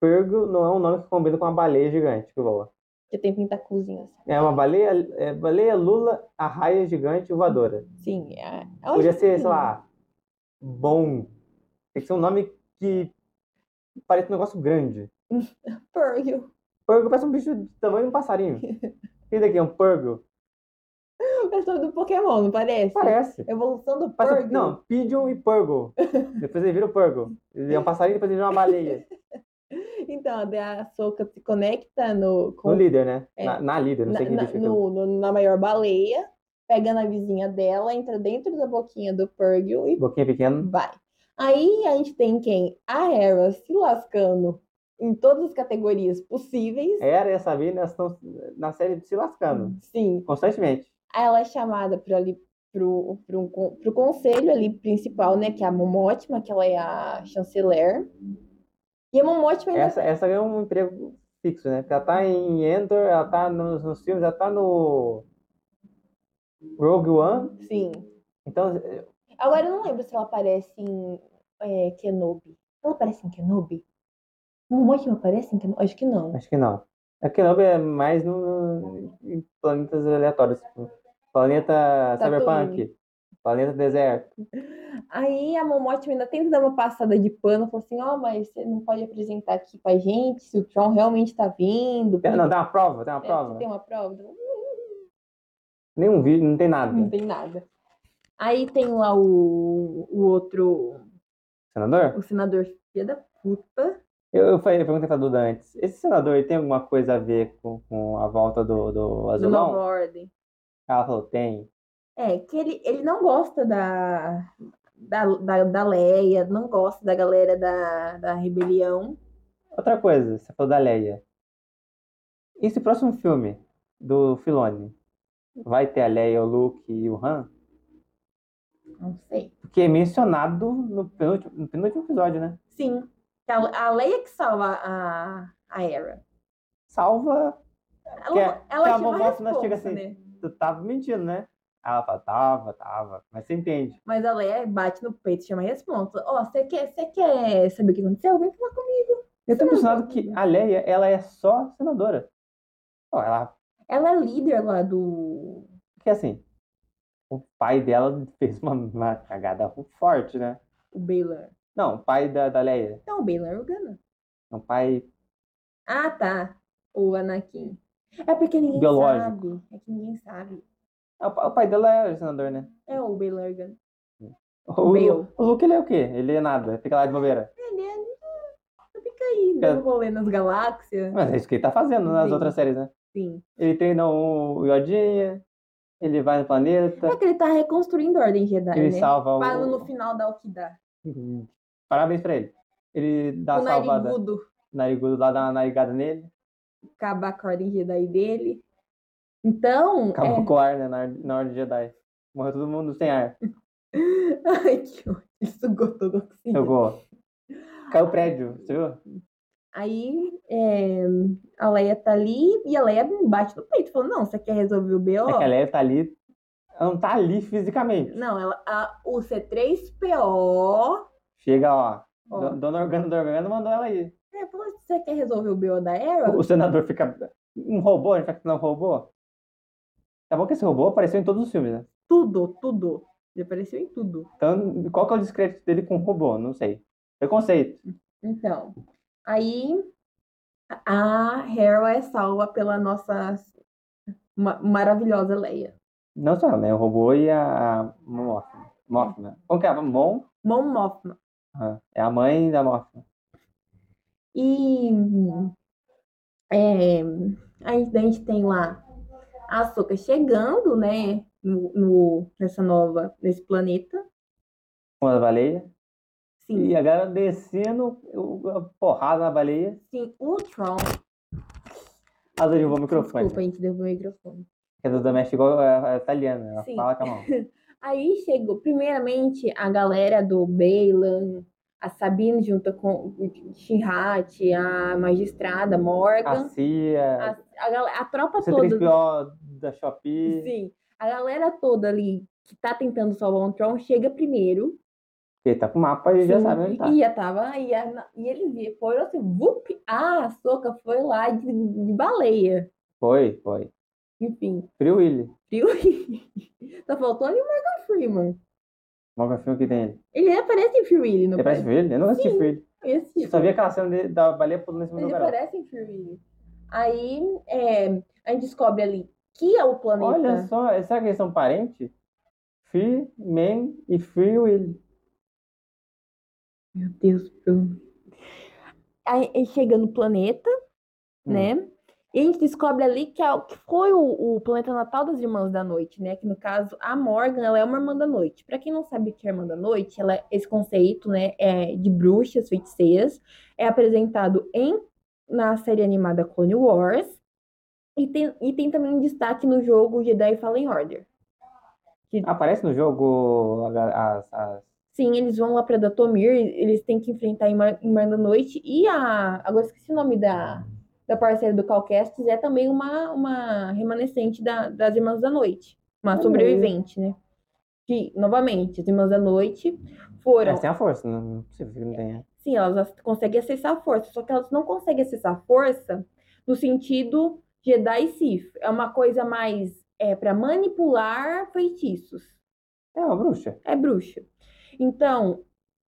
Speaker 2: Purgo não é um nome que combina com uma baleia gigante que voa.
Speaker 1: Que tem assim. pentacuzinhos.
Speaker 2: É uma baleia, é baleia lula, arraia gigante voadora.
Speaker 1: Sim, é. eu acho
Speaker 2: Podia ser,
Speaker 1: que-
Speaker 2: sei lá, bom. Tem que ser um nome que parece um negócio grande.
Speaker 1: Purgle.
Speaker 2: Purgo parece um bicho do tamanho de
Speaker 1: [laughs]
Speaker 2: um passarinho. Esse daqui é um purgo?
Speaker 1: Parece o nome É do Pokémon, não parece?
Speaker 2: Parece.
Speaker 1: Evolução do
Speaker 2: Parece-
Speaker 1: Purgle.
Speaker 2: não, Pigeon e Purgo. Depois ele vira o Purgo. Ele é um passarinho, depois ele vira
Speaker 1: [laughs]
Speaker 2: uma baleia.
Speaker 1: Então, daí a Soca se conecta no, com-
Speaker 2: No líder, né?
Speaker 1: É.
Speaker 2: Na, na líder, não
Speaker 1: na,
Speaker 2: sei quem
Speaker 1: na-
Speaker 2: bicho é aquilo.
Speaker 1: no- no- na maior baleia, pega na vizinha dela, entra dentro da boquinha do Purgle e
Speaker 2: um Boquinha pequena.
Speaker 1: vai. Aí a gente tem quem? A Hera se lascando em todas as categorias possíveis.
Speaker 2: Era e a Sabina estão na série se
Speaker 1: Uhum.
Speaker 2: lascando.
Speaker 1: Sim.
Speaker 2: Constantemente.
Speaker 1: Aí ela é chamada para ali pro, pro, um con- pro conselho ali principal, né? Que é a Momotima, que ela é a chanceler. E a é Momotima ainda
Speaker 2: Essa, essa ganhou um emprego fixo, né? Porque ela tá em Endor, ela tá nos, nos filmes, ela tá no Rogue One.
Speaker 1: Sim.
Speaker 2: Então, eh,
Speaker 1: Agora eu não lembro se ela aparece em é, Kenobi. Ela aparece em Kenobi? Momotima aparece em Kenobi? Acho que não.
Speaker 2: acho que não. A Kenobi é mais no, no- em planetas aleatórios. tipo, planeta
Speaker 1: Tatooine.
Speaker 2: Cyberpunk. Planeta Deserto.
Speaker 1: Aí a Momotima ainda tenta dar uma passada de pano, falou assim, ó, mas você não pode apresentar aqui pra gente se o Tron realmente tá vindo.
Speaker 2: É,
Speaker 1: porque-
Speaker 2: Não, tem uma prova, tem uma
Speaker 1: é,
Speaker 2: prova.
Speaker 1: Tem uma prova?
Speaker 2: Nenhum vídeo, não tem nada.
Speaker 1: Não tem nada. Aí tem lá o, o outro,
Speaker 2: Senador?
Speaker 1: o senador filha da puta.
Speaker 2: Eu, eu falei- eu perguntei pra Duda antes. Esse senador ele tem alguma coisa a ver com, com a volta do, do
Speaker 1: da Nova
Speaker 2: Azulão?
Speaker 1: Ordem.
Speaker 2: Ela falou, tem.
Speaker 1: É, que ele, ele não gosta da, da, da, da Leia, não gosta da galera da, da rebelião.
Speaker 2: Outra coisa, você falou da Leia. Esse próximo filme do Filoni vai ter a Leia, o Luke e o Han?
Speaker 1: Não sei.
Speaker 2: Porque é mencionado no penúltimo, no penúltimo episódio, né?
Speaker 1: Sim. A, a Leia que salva a, a Hera.
Speaker 2: Salva,
Speaker 1: Ela,
Speaker 2: Que é-
Speaker 1: ela
Speaker 2: que a
Speaker 1: ativa a
Speaker 2: vovó Fina chega
Speaker 1: responsa,
Speaker 2: assim.
Speaker 1: né?
Speaker 2: tu tava mentindo, né? Ela fala, tava, tava. Mas você entende.
Speaker 1: Mas a Leia bate no peito e chama a responsa. Ó, você quer, você quer saber o que aconteceu? Vem falar comigo.
Speaker 2: Eu
Speaker 1: Senadora.
Speaker 2: tô impressionado que a Leia, ela é só senadora. Não, ela,
Speaker 1: Ela é líder lá do.
Speaker 2: porque assim, o pai dela [laughs] fez uma, uma cagada forte, né?
Speaker 1: O Baylor.
Speaker 2: Não, o pai da, da Leia.
Speaker 1: Não, o Baylor é o Gana.
Speaker 2: É um pai
Speaker 1: Ah, tá. O Anakin. É porque ninguém
Speaker 2: Biológico.
Speaker 1: sabe. É que ninguém sabe.
Speaker 2: Ah, O pa- o pai dela é senador, né?
Speaker 1: É o Baylor Organa.
Speaker 2: O,
Speaker 1: Meu.
Speaker 2: o Luke, ele é o quê? Ele é nada, fica lá de bobeira.
Speaker 1: Ele é. Não fica aí, né?
Speaker 2: Cara.
Speaker 1: dando rolê nas galáxias.
Speaker 2: Mas é isso que ele tá fazendo nas
Speaker 1: Sim.
Speaker 2: outras séries, né?
Speaker 1: Sim.
Speaker 2: Ele treina o Yodinha, ele vai no planeta,
Speaker 1: É que ele tá reconstruindo a Ordem Jedi,
Speaker 2: ele
Speaker 1: né?
Speaker 2: salva
Speaker 1: Para no
Speaker 2: o...
Speaker 1: final dar o que dá.
Speaker 2: Parabéns pra ele. Ele dá a
Speaker 1: o
Speaker 2: Tá salvada
Speaker 1: narigudo
Speaker 2: narigudo lá, dá uma narigada nele,
Speaker 1: acabar com a Ordem Jedi dele. Então.
Speaker 2: acabou
Speaker 1: É... [laughs]
Speaker 2: com o ar, né? Na, hora- na hora de Jedi. Morreu todo mundo sem ar.
Speaker 1: Ai, que ódio. Ele sugou todo o oxigênio.
Speaker 2: Jogou. Caiu o prédio, você viu?
Speaker 1: Aí é, a Leia tá ali e a Leia bate no peito. Falou: Não, você quer resolver o BO?
Speaker 2: É que a Leia tá ali. Ela não tá ali fisicamente.
Speaker 1: Não, ela, a- o C3PO.
Speaker 2: Chega, ó.
Speaker 1: Ó.
Speaker 2: Don- Dona Organa, Dona Organa mandou ela ir.
Speaker 1: É, falou, você quer resolver o BO da Era?
Speaker 2: O senador fica. Um robô, a gente vai criar um robô? Tá bom que esse robô apareceu em todos os filmes, né?
Speaker 1: Tudo, tudo. Ele apareceu em tudo.
Speaker 2: Então, qual que é o descrédito dele com o robô? Não sei. Preconceito.
Speaker 1: Então, Aí a Hera é salva pela nossa ma- maravilhosa Leia.
Speaker 2: Não só ela, né? O robô e a a Mothma. Mothma. Como que é? Mon?
Speaker 1: Mon Mothma.
Speaker 2: Ah, É a mãe da Mothma.
Speaker 1: E é, aí a gente tem lá a Soca chegando, né? No, no- nessa nova, nesse planeta.
Speaker 2: Com a baleia.
Speaker 1: Sim,
Speaker 2: E a galera descendo o- a porrada na baleia.
Speaker 1: sim, o Tron.
Speaker 2: Ela derrubou o microfone.
Speaker 1: Desculpa, a gente derrubou o microfone.
Speaker 2: Que é do doméstico é, igual a, a italiana. né? Ela
Speaker 1: Sim.
Speaker 2: fala com
Speaker 1: [laughs]
Speaker 2: a mão.
Speaker 1: Aí chegou, primeiramente, a galera do Bailan, a Sabine junto com o Shinhat, a magistrada
Speaker 2: A
Speaker 1: Morgan,
Speaker 2: CIA.
Speaker 1: a, gal- a tropa toda.
Speaker 2: C3PO da Shopee.
Speaker 1: Sim, a galera toda ali que tá tentando salvar o Tron chega primeiro.
Speaker 2: Ele tá com o mapa e já
Speaker 1: Sim,
Speaker 2: sabe onde tá.
Speaker 1: E já tava. E, a- e eles foram assim, vup! Ah, a Soca foi lá de, de baleia.
Speaker 2: Foi, foi.
Speaker 1: Enfim,
Speaker 2: Free Willy.
Speaker 1: frio. [laughs] Só faltou ali o Morgan Freeman.
Speaker 2: Morgan filme que tem ele.
Speaker 1: Ele aparece em Free Willy, não
Speaker 2: Ele parece Free Willy? Eu nunca assisti Free Willy.
Speaker 1: Esse
Speaker 2: Eu só vi aquela cena dele, da baleia pulando em cima do
Speaker 1: Eles
Speaker 2: garoto.
Speaker 1: parecem Fury. Aí é, a gente descobre ali que é o planeta.
Speaker 2: Olha só, será que eles são parentes? Free Man e Free Willy.
Speaker 1: Meu Deus, Bruno. Aí ele chega no planeta, né? E a gente descobre ali que, é o- que foi o, o planeta natal das Irmãs da Noite, né? Que no caso, a Morgan, ela é uma Irmã da Noite. Pra quem não sabe o que é Irmã da Noite, ela, esse conceito, né, é de bruxas, feiticeiras, é apresentado em na série animada Clone Wars e tem, e tem também um destaque no jogo Jedi Fallen Order.
Speaker 2: Aparece no jogo a ga- as. as-
Speaker 1: Sim, eles vão lá pra Datomir, eles têm que enfrentar em Mar, em Mar da Noite. E a. Agora esqueci o nome da, da parceira do Calcastes, é também uma, uma remanescente da, das Irmãs da Noite. Uma
Speaker 2: Olha aí.
Speaker 1: sobrevivente, né? Que, novamente, as Irmãs da Noite foram.
Speaker 2: Mas tem a força, não, não é possível que não tenha.
Speaker 1: Sim, elas ac- conseguem acessar a força, só que elas não conseguem acessar a força no sentido Jedi e Sith. É uma coisa mais é, para manipular feitiços.
Speaker 2: É uma bruxa.
Speaker 1: É bruxa. Então,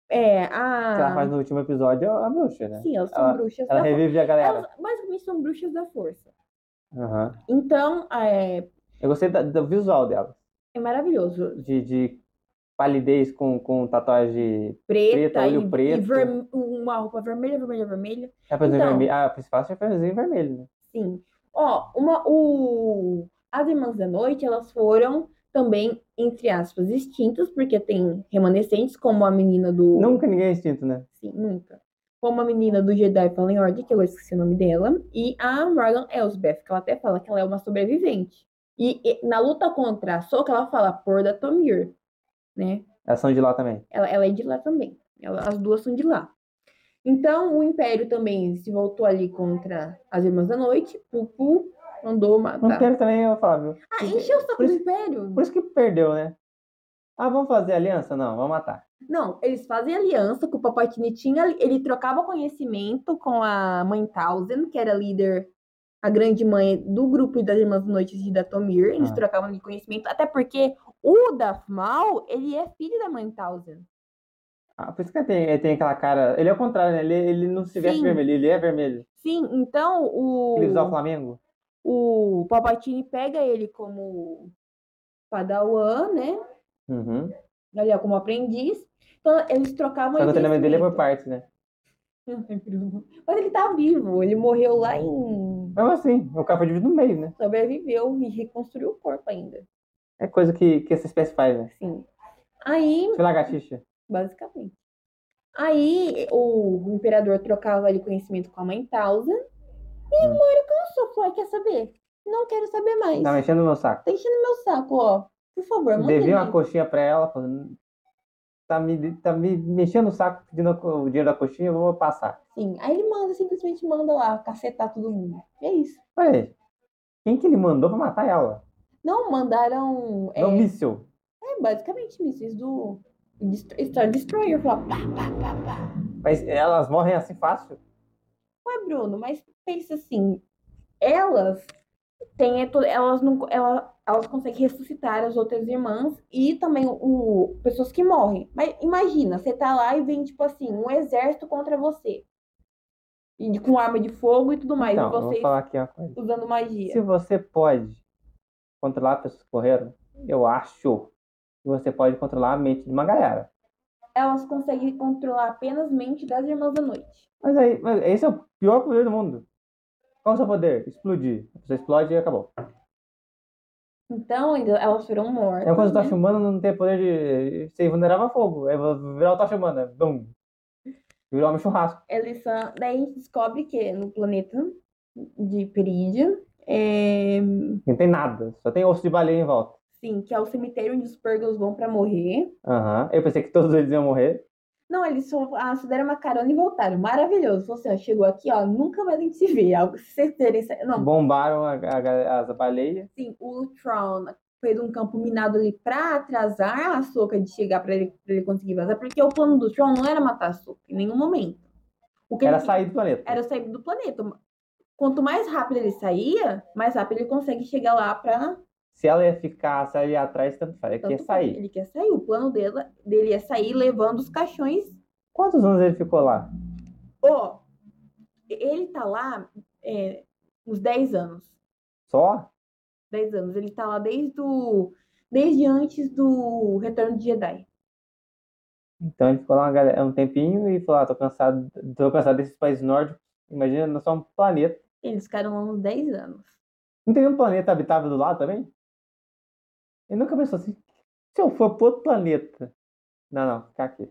Speaker 1: é a.
Speaker 2: O que ela faz no último episódio é a bruxa, né?
Speaker 1: Sim, elas são
Speaker 2: Ela-
Speaker 1: bruxas
Speaker 2: Ah. Ela
Speaker 1: da força.
Speaker 2: revive a galera.
Speaker 1: Elas basicamente são bruxas da força.
Speaker 2: Aham.
Speaker 1: Então, é,
Speaker 2: Eu gostei da- do visual dela.
Speaker 1: é maravilhoso.
Speaker 2: De, de palidez com, com tatuagem
Speaker 1: Preta,
Speaker 2: Preta, olho
Speaker 1: e,
Speaker 2: preto.
Speaker 1: e verm- uma roupa vermelha, vermelha, vermelha.
Speaker 2: É Chapeuzinho
Speaker 1: Então.
Speaker 2: vermelho. Ah, a principal é o Chapeuzinho vermelho, né?
Speaker 1: Sim. Ó, uma, o... as Irmãs da Noite, elas foram também, entre aspas, extintas, porque tem remanescentes, como a menina do.
Speaker 2: Nunca ninguém é extinto, né?
Speaker 1: Sim, nunca. Como a menina do Jedi Fallen Order, que eu esqueci o nome dela, e a Morgan Elsbeth, que ela até fala que ela é uma sobrevivente. E, e na luta contra a Soca, ela fala por da Tomir, né?
Speaker 2: Elas são de lá também.
Speaker 1: Ela, ela é de lá também. Ela- as duas são de lá. Então, o Império também se voltou ali contra as Irmãs da Noite. Pupu mandou
Speaker 2: O
Speaker 1: matar.
Speaker 2: Império também, eu falo, viu?
Speaker 1: Ah, encheu o saco
Speaker 2: Por
Speaker 1: do
Speaker 2: isso-
Speaker 1: Império.
Speaker 2: Por isso que perdeu, né? Ah, vamos fazer aliança? Não, vamos matar.
Speaker 1: Não, eles fazem aliança com o Papai Tinitinha. Ele trocava conhecimento com a mãe Tausen, que era líder, a grande mãe do grupo das Irmãs da Noite de Datomir. Eles
Speaker 2: Ah.
Speaker 1: trocavam de conhecimento, até porque o Darth Maul, ele é filho da mãe Tausen.
Speaker 2: Ah, por isso que ele tem, ele tem aquela cara. Ele é o contrário, né? Ele, ele não se veste
Speaker 1: Sim.
Speaker 2: vermelho, ele é vermelho.
Speaker 1: Sim, então o...
Speaker 2: Ele usa o Flamengo.
Speaker 1: o Palpatine pega ele como padawan, né?
Speaker 2: Uhum.
Speaker 1: Ali, ó, como aprendiz. Então, eles trocavam
Speaker 2: Só que o treinamento dele é por
Speaker 1: conhecimento.
Speaker 2: parte, né?
Speaker 1: [laughs] Mas ele tá vivo. Ele morreu lá em...
Speaker 2: Mas assim, o cara foi dividido no meio, né?
Speaker 1: Sobreviveu e reconstruiu o corpo ainda.
Speaker 2: É coisa que, que essa espécie faz, né?
Speaker 1: Assim. Aí,
Speaker 2: Foi lagartixa.
Speaker 1: basicamente. Aí, o imperador trocava ali conhecimento com a mãe Tausa. E
Speaker 2: Hum.
Speaker 1: Mori cansou. Falou, "Ai, quer saber? Não quero saber mais.
Speaker 2: Tá mexendo no meu saco.
Speaker 1: Tá enchendo meu saco, ó. Por favor, manda
Speaker 2: Devia
Speaker 1: ele.
Speaker 2: É uma coxinha pra ela, falando, tá me, tá me mexendo o saco pedindo a co- o dinheiro da coxinha, eu vou passar.
Speaker 1: Sim, aí ele manda, simplesmente manda lá, cacetar todo mundo. E é isso.
Speaker 2: Peraí, quem que ele mandou pra matar ela?
Speaker 1: Não, mandaram. É,
Speaker 2: É um míssil.
Speaker 1: é basicamente mísseis do Destro- Star Destroyer. Falar, pá, pá, pá, pá.
Speaker 2: Mas elas morrem assim fácil?
Speaker 1: Ué, Bruno, mas pensa assim: elas têm. é to- Elas, não, ela, elas conseguem ressuscitar as outras irmãs e também o, pessoas que morrem. Mas imagina, você tá lá e vem, tipo assim, um exército contra você. E com arma de fogo e tudo mais.
Speaker 2: Então,
Speaker 1: e
Speaker 2: eu vou
Speaker 1: vocês
Speaker 2: falar aqui uma coisa.
Speaker 1: usando magia.
Speaker 2: Se você pode controlar pessoas que correram, eu acho que você pode controlar a mente de uma galera.
Speaker 1: Elas conseguem controlar apenas mente das Irmãs da Noite.
Speaker 2: Mas aí, mas esse é o pior poder do mundo. Qual é o seu poder? Explodir. Você explode e acabou.
Speaker 1: Então, ainda- elas foram mortas.
Speaker 2: É uma coisa
Speaker 1: né?
Speaker 2: tocha humana não ter poder de ser vulnerável a fogo. É virar tocha humana. Bum. Virar um churrasco.
Speaker 1: Eles são... Daí a gente descobre que no planeta de Peridia, é...
Speaker 2: Não tem nada. Só tem osso de baleia em volta.
Speaker 1: sim, que é o cemitério onde os Purgles vão pra morrer.
Speaker 2: Aham. Eu pensei que todos eles iam morrer.
Speaker 1: Não, eles só ah, só deram uma carona e voltaram. Maravilhoso. Você ó, chegou aqui, ó, nunca mais a gente se vê. [laughs] Algo se vocês terem. sa- Não,
Speaker 2: Bombaram a- a- as baleias.
Speaker 1: Sim, o Tron fez um campo minado ali pra atrasar a Soca de chegar pra ele, pra ele conseguir vazar, porque o plano do Tron não era matar a Soca em nenhum momento. O que
Speaker 2: Era
Speaker 1: ele-
Speaker 2: sair do planeta.
Speaker 1: era sair do planeta. Quanto mais rápido ele saía, mais rápido ele consegue chegar lá pra.
Speaker 2: Se ela ia ficar, se ela ia atrás, tanto faz. Ele quer
Speaker 1: tanto
Speaker 2: sair.
Speaker 1: Ele quer sair. O plano dela, dele é sair levando os caixões.
Speaker 2: Quantos anos ele ficou lá?
Speaker 1: Ó, ele tá lá é, uns 10 anos.
Speaker 2: Só?
Speaker 1: 10 anos. Ele tá lá desde, o, desde antes do Retorno de Jedi.
Speaker 2: Então ele ficou lá uma galera- um tempinho e falou: ah, tô cansado, tô cansado desses países nórdicos. Imagina, nós somos um planeta.
Speaker 1: Eles ficaram lá uns 10 anos.
Speaker 2: Não tem nenhum planeta habitável do lado também? Ele nunca pensou assim: se eu for pro outro planeta. Não, não, ficar aqui.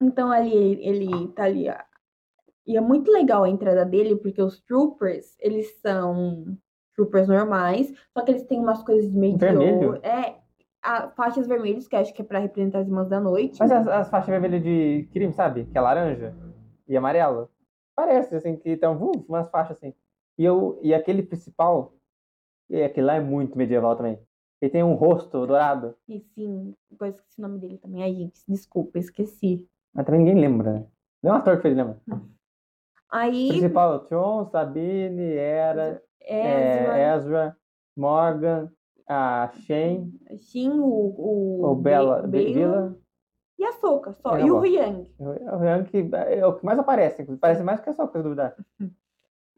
Speaker 1: Então ali ele, ele tá ali. ó. E é muito legal a entrada dele, porque os troopers, eles são troopers normais, só que eles têm umas coisas de meio de
Speaker 2: Vermelho?
Speaker 1: ouro. É, a, faixas vermelhas, que eu acho que é pra representar as irmãs da noite.
Speaker 2: Mas é as, as faixas vermelhas de crime, sabe? Que é laranja e amarelo. Parece, assim, que estão umas faixas assim. E, eu, e aquele principal, e aquele lá é muito medieval também. Ele tem um rosto dourado,
Speaker 1: E sim, eu esqueci o nome dele também. Ai, gente, desculpa, esqueci.
Speaker 2: mas também ninguém lembra, né? Não é um ator que fez, lembra?
Speaker 1: Aí,
Speaker 2: Principal, Tron, Sabine, Era,
Speaker 1: é,
Speaker 2: eh, Ezra, Morgan, a Shane,
Speaker 1: Shin, o, o,
Speaker 2: ou Bella,
Speaker 1: Ba-
Speaker 2: Be-
Speaker 1: Balan
Speaker 2: Bella,
Speaker 1: e a Soca só.
Speaker 2: É,
Speaker 1: e o
Speaker 2: bom.
Speaker 1: Yang.
Speaker 2: é o Yang que é o que mais aparece, inclusive. parece mais que é só coisa duvidar.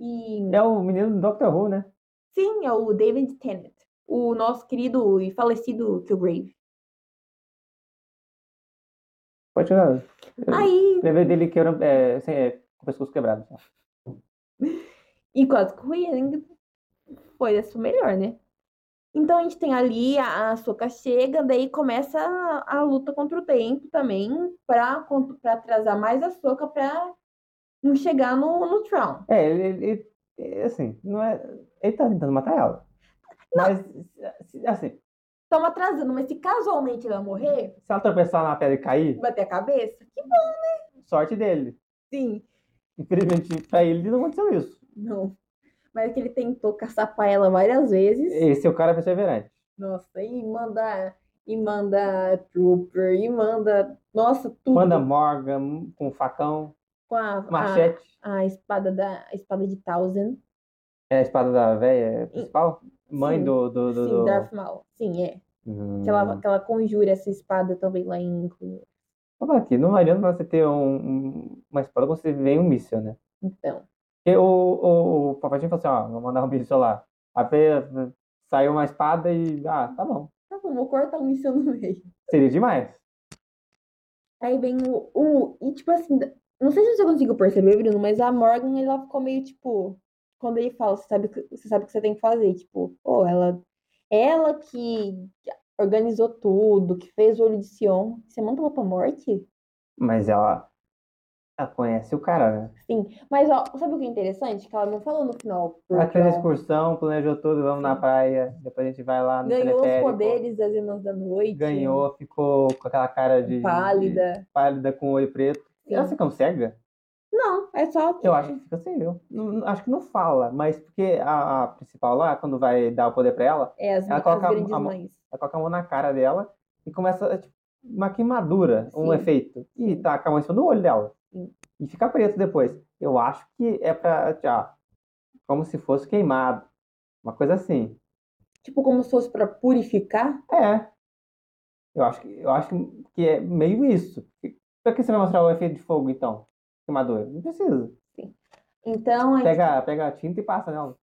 Speaker 1: E
Speaker 2: É o menino do Doctor Who, né?
Speaker 1: Sim, é o David Tennant, o nosso querido e falecido Kilgrave.
Speaker 2: Pode jogar. Eu-
Speaker 1: Aí,
Speaker 2: Lembrei dele quebrando, é, sem, é, com o pescoço quebrado.
Speaker 1: e quase que o Yang foi a sua melhor, né? Então a gente tem ali a, a Soca chega, daí começa a, a luta contra o tempo também, pra, cont- pra atrasar mais a Soca pra não chegar no, no Tron.
Speaker 2: É, ele, ele- ele- assim, não é. Ele tá tentando matar ela. Mas, se- assim,
Speaker 1: Estamos atrasando, mas se casualmente ela morrer,
Speaker 2: se ela tropeçar na pedra e cair,
Speaker 1: bater a cabeça, que
Speaker 2: sorte dele.
Speaker 1: sim,
Speaker 2: Infelizmente, pra ele não aconteceu isso.
Speaker 1: não. Mas é que ele tentou caçapar ela várias vezes.
Speaker 2: Esse é o cara perseverante.
Speaker 1: Nossa, e manda, e manda Trooper, e manda, nossa, tudo
Speaker 2: Manda Morgan com facão,
Speaker 1: com a, a,
Speaker 2: machete.
Speaker 1: a espada da a espada de Thousand,
Speaker 2: É a espada da velha principal? Mãe
Speaker 1: Sim.
Speaker 2: do. do, do,
Speaker 1: sim,
Speaker 2: do...
Speaker 1: Darth Maul. Sim, é.
Speaker 2: Hum.
Speaker 1: Que ela, que ela conjura essa espada também lá em Cunha.
Speaker 2: Fala aqui, não adianta você ter um- um- uma espada quando você vem um míssil, né?
Speaker 1: Então,
Speaker 2: Porque o, o, o Papatinho falou assim, ó, vou mandar um bicho lá. Aí foi- saiu uma espada e. Ah, tá bom.
Speaker 1: tá bom, vou cortar um míssil no meio.
Speaker 2: Seria demais.
Speaker 1: Aí vem o, o e tipo assim, não sei se você conseguiu perceber, Bruno, mas a Morgan ela ficou meio tipo, quando ele fala, você sabe, o que- você sabe o que você tem que fazer, tipo, ou ela ela que organizou tudo, que fez o olho de Sion, você manda ela pra morte?
Speaker 2: Mas ela. Ela conhece o cara, né?
Speaker 1: Mas ó, sabe o que é interessante? Que ela não falou no final,
Speaker 2: Ela
Speaker 1: porque
Speaker 2: fez a
Speaker 1: ela
Speaker 2: excursão, planejou tudo, vamos na
Speaker 1: Então. Sim.
Speaker 2: praia, depois a gente vai lá no
Speaker 1: ganhou os
Speaker 2: teleférico.
Speaker 1: poderes das Irmãs da Noite,
Speaker 2: Ganhou, ficou com aquela cara de.
Speaker 1: pálida. assim.
Speaker 2: de- pálida com olho preto.
Speaker 1: Sim.
Speaker 2: Ela fica um cega?
Speaker 1: Não, é só
Speaker 2: Eu acho que fica sem eu. Não- acho que não fala, mas porque a, a principal lá, quando vai dar o poder pra ela,
Speaker 1: é as,
Speaker 2: ela
Speaker 1: as
Speaker 2: coloca a-
Speaker 1: grandes
Speaker 2: a mão-
Speaker 1: mães.
Speaker 2: ela coloca a mão na cara dela e começa tipo, uma queimadura, um
Speaker 1: Sim.
Speaker 2: efeito. E
Speaker 1: Sim.
Speaker 2: taca a mão em cima do olho dela.
Speaker 1: Sim.
Speaker 2: E fica preto depois. Eu acho que é pra. ah, como se fosse queimado. Uma coisa assim.
Speaker 1: Tipo, como se fosse pra purificar.
Speaker 2: É. Eu acho que, eu acho que é meio isso. E Pra que você vai mostrar o efeito de fogo, então? queimadura. Não precisa.
Speaker 1: Então, a gente-
Speaker 2: Pega, pega a tinta e passa nela.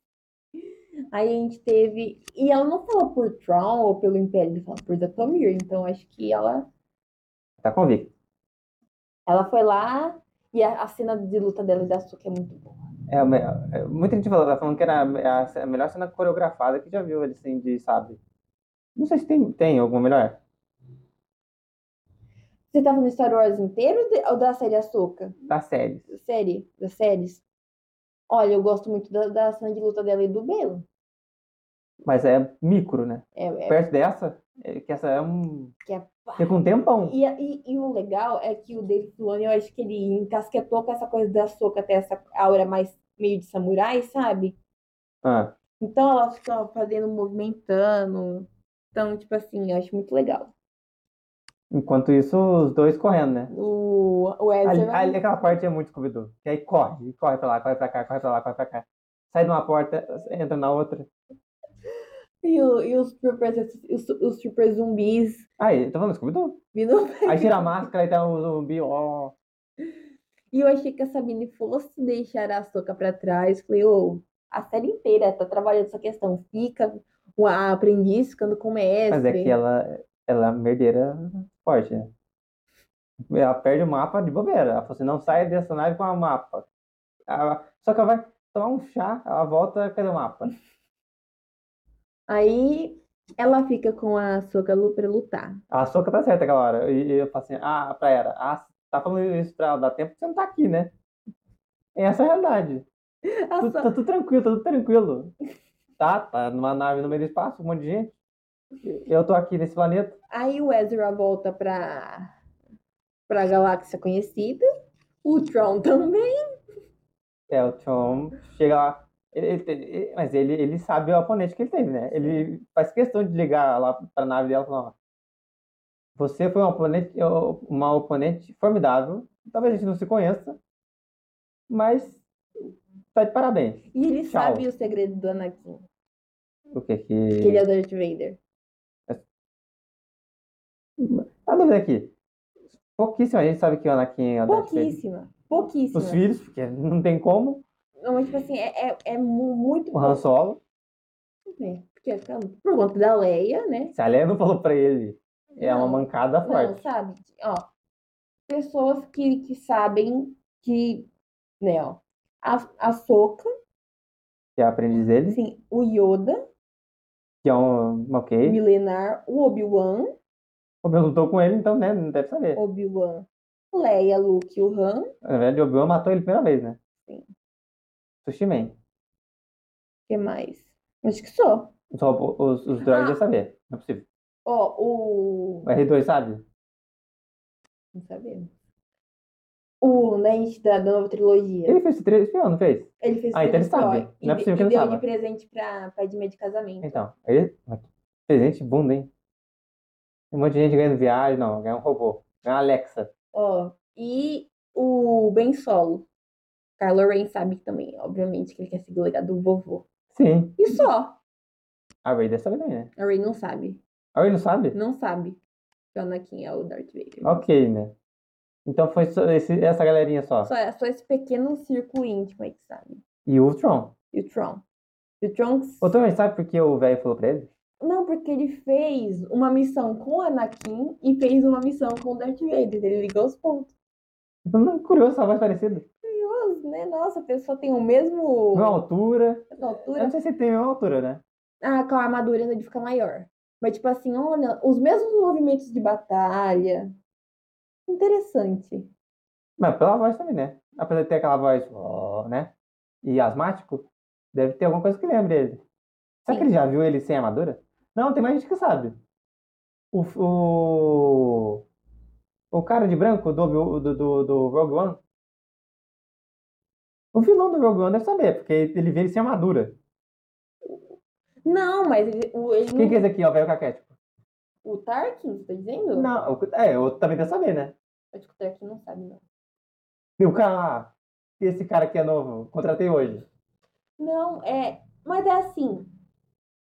Speaker 1: aí a gente teve. E ela não falou por Tron ou pelo Império, ela falou por Datomir. Então, acho que ela
Speaker 2: Tá convicto.
Speaker 1: Ela foi lá e a, a cena de luta dela e da Suki é muito boa.
Speaker 2: É, a me- é, muita gente falou, tá falando que era a, a- a melhor cena coreografada que já viu, assim, de sabe. Não sei se tem, tem alguma melhor.
Speaker 1: Você tava no Star Wars inteiro ou de- ou da série Açúcar?
Speaker 2: Da série.
Speaker 1: Série? Das séries? Olha, eu gosto muito da, da cena de luta dela e do Belo.
Speaker 2: Mas é micro, né?
Speaker 1: É, é,
Speaker 2: Perto dessa, é, que essa é um.
Speaker 1: que é pá.
Speaker 2: Fica um tempão.
Speaker 1: E, a- e, e o legal é que o David Filoni, eu acho que ele encasquetou com essa coisa da Soca até essa aura mais meio de samurai, sabe?
Speaker 2: Ah,
Speaker 1: Então ela fica fazendo, movimentando. Então, tipo assim, eu acho muito legal.
Speaker 2: enquanto isso, os dois correndo, né?
Speaker 1: O, o
Speaker 2: Ali,
Speaker 1: Ezra.
Speaker 2: ali aquela parte é muito descobridor. Que aí corre, e corre pra lá, corre pra cá, corre pra lá, corre pra cá. Sai de uma porta, entra na outra.
Speaker 1: E, o- e os, troopers, os, os troopers zumbis
Speaker 2: Aí, tá falando descobridor?
Speaker 1: vindo.
Speaker 2: Aí tira a máscara, aí tá um zumbi, ó.
Speaker 1: [laughs] E eu achei que a Sabine fosse deixar a Soca pra trás. Falei, ô, a série inteira tá trabalhando essa questão. Fica o a aprendiz ficando com o
Speaker 2: Mas é
Speaker 1: mestre.
Speaker 2: que ela, ela é merdeira forte, né? Ela perde o mapa de bobeira. Ela fala assim, não sai dessa nave com o mapa. Ela- só que ela vai tomar um chá, ela volta, cadê o mapa?
Speaker 1: Aí ela fica com a Soca pra lutar.
Speaker 2: A soca tá certa aquela hora. E e eu falo assim, ah, pra era, ah, tá falando isso pra dar tempo que você não tá aqui, né? Essa é a realidade.
Speaker 1: A
Speaker 2: Tudo-
Speaker 1: Sokka-
Speaker 2: Tá tudo tranquilo, tá tudo tranquilo. Tá, tá numa nave no meio do espaço, um monte de gente. Eu tô aqui nesse planeta.
Speaker 1: Aí o Ezra volta pra, pra galáxia conhecida. O Tron também.
Speaker 2: É, o Tom chega lá. Ele- ele- ele- mas ele, ele sabe o oponente que ele teve, né? Ele faz questão de ligar lá pra nave dela e falar: ó, Você foi um oponente, uma oponente formidável. Talvez a gente não se conheça, mas tá de parabéns.
Speaker 1: E ele
Speaker 2: Tchau.
Speaker 1: sabe o segredo do Anakin.
Speaker 2: O que que.
Speaker 1: Que ele é o Darth Vader.
Speaker 2: A dúvida tá aqui: pouquíssima gente sabe que o Anakin é o Darth Vader.
Speaker 1: Pouquíssima. Pouquíssima.
Speaker 2: Os filhos, porque não tem como.
Speaker 1: Não, mas, tipo assim, é, é, é mu- muito
Speaker 2: o Han Solo.
Speaker 1: pouco, né? Porque, calma, por conta da Leia, né?
Speaker 2: Se a Leia não falou pra ele, é uma
Speaker 1: Não,
Speaker 2: mancada
Speaker 1: Não,
Speaker 2: forte.
Speaker 1: sabe? Ó, pessoas que, que sabem que, né, ó, a, a Soca,
Speaker 2: Que é o aprendiz dele,
Speaker 1: assim, o Yoda,
Speaker 2: que é um. Ok.
Speaker 1: milenar, o Obi-Wan,
Speaker 2: Como eu não tô com ele, então, né? Não deve saber.
Speaker 1: Obi-Wan, Leia, Luke e o Han.
Speaker 2: Na verdade, o Obi-Wan matou ele a primeira vez, né?
Speaker 1: Sim.
Speaker 2: Sushi Man.
Speaker 1: que mais? Acho que só.
Speaker 2: Os, robô- os, os
Speaker 1: Ah.
Speaker 2: droids devem saber. Não é possível.
Speaker 1: Ó, o...
Speaker 2: O R2 sabe?
Speaker 1: Não sabemos. O, né, a gente da, da nova trilogia.
Speaker 2: Ele fez três espião, não fez?
Speaker 1: Ele fez
Speaker 2: Ah, então ele
Speaker 1: Star Destroy
Speaker 2: sabe.
Speaker 1: e
Speaker 2: Não é
Speaker 1: de-
Speaker 2: possível que
Speaker 1: e
Speaker 2: ele
Speaker 1: deu
Speaker 2: saiba.
Speaker 1: de presente pra, pra Edmé de casamento.
Speaker 2: Então. Ele. mas que Presente bunda, hein? Um monte de gente ganhando viagem, não. Ganha um robô. Ganha uma Alexa.
Speaker 1: Ó, e o Ben Solo. Kylo Ren sabe também, obviamente, que ele quer seguir o legado do vovô.
Speaker 2: Sim.
Speaker 1: E só.
Speaker 2: A Ray deve saber também, né?
Speaker 1: A Rey não sabe.
Speaker 2: A Ray não sabe?
Speaker 1: Não sabe que o Anakin é o Darth Vader.
Speaker 2: Ok, né? Então foi só esse- essa galerinha só.
Speaker 1: Só, é, só esse pequeno círculo íntimo aí que sabe.
Speaker 2: E o Tron.
Speaker 1: E o Tron. E o Tron...
Speaker 2: O Tron sabe por que o velho falou pra ele? [laughs]
Speaker 1: Não, porque ele fez uma missão com o Anakin e fez uma missão com o Darth Vader. Ele ligou os pontos.
Speaker 2: Eu Não, curioso, ela voz parecida.
Speaker 1: Curioso, né? Nossa, a pessoa tem o mesmo...
Speaker 2: Mesma altura.
Speaker 1: mesma altura,
Speaker 2: Eu não sei se tem mesma altura, né?
Speaker 1: Ah, com a armadura ele fica maior. Mas, tipo assim, olha, os mesmos movimentos de batalha. Interessante.
Speaker 2: Mas pela voz também, né? Apesar de ter aquela voz, ó, né? E asmático, deve ter alguma coisa que lembre ele. Será que
Speaker 1: Sim.
Speaker 2: ele já viu ele sem armadura? Não, tem mais gente que sabe. O. O, o cara de branco do, Obi- do, do, do Rogue One. O vilão do Rogue One deve saber, porque ele vê ele sem armadura.
Speaker 1: Não, mas ele, o, ele
Speaker 2: Quem
Speaker 1: não-
Speaker 2: que é esse aqui, ó, velho caquético?
Speaker 1: o Tarkin, você tá dizendo?
Speaker 2: Não, o- é, eu também quero saber, né?
Speaker 1: Acho que o Tarkin não sabe, não.
Speaker 2: E o cara lá, esse cara aqui é novo, contratei hoje.
Speaker 1: Não, é. Mas é assim.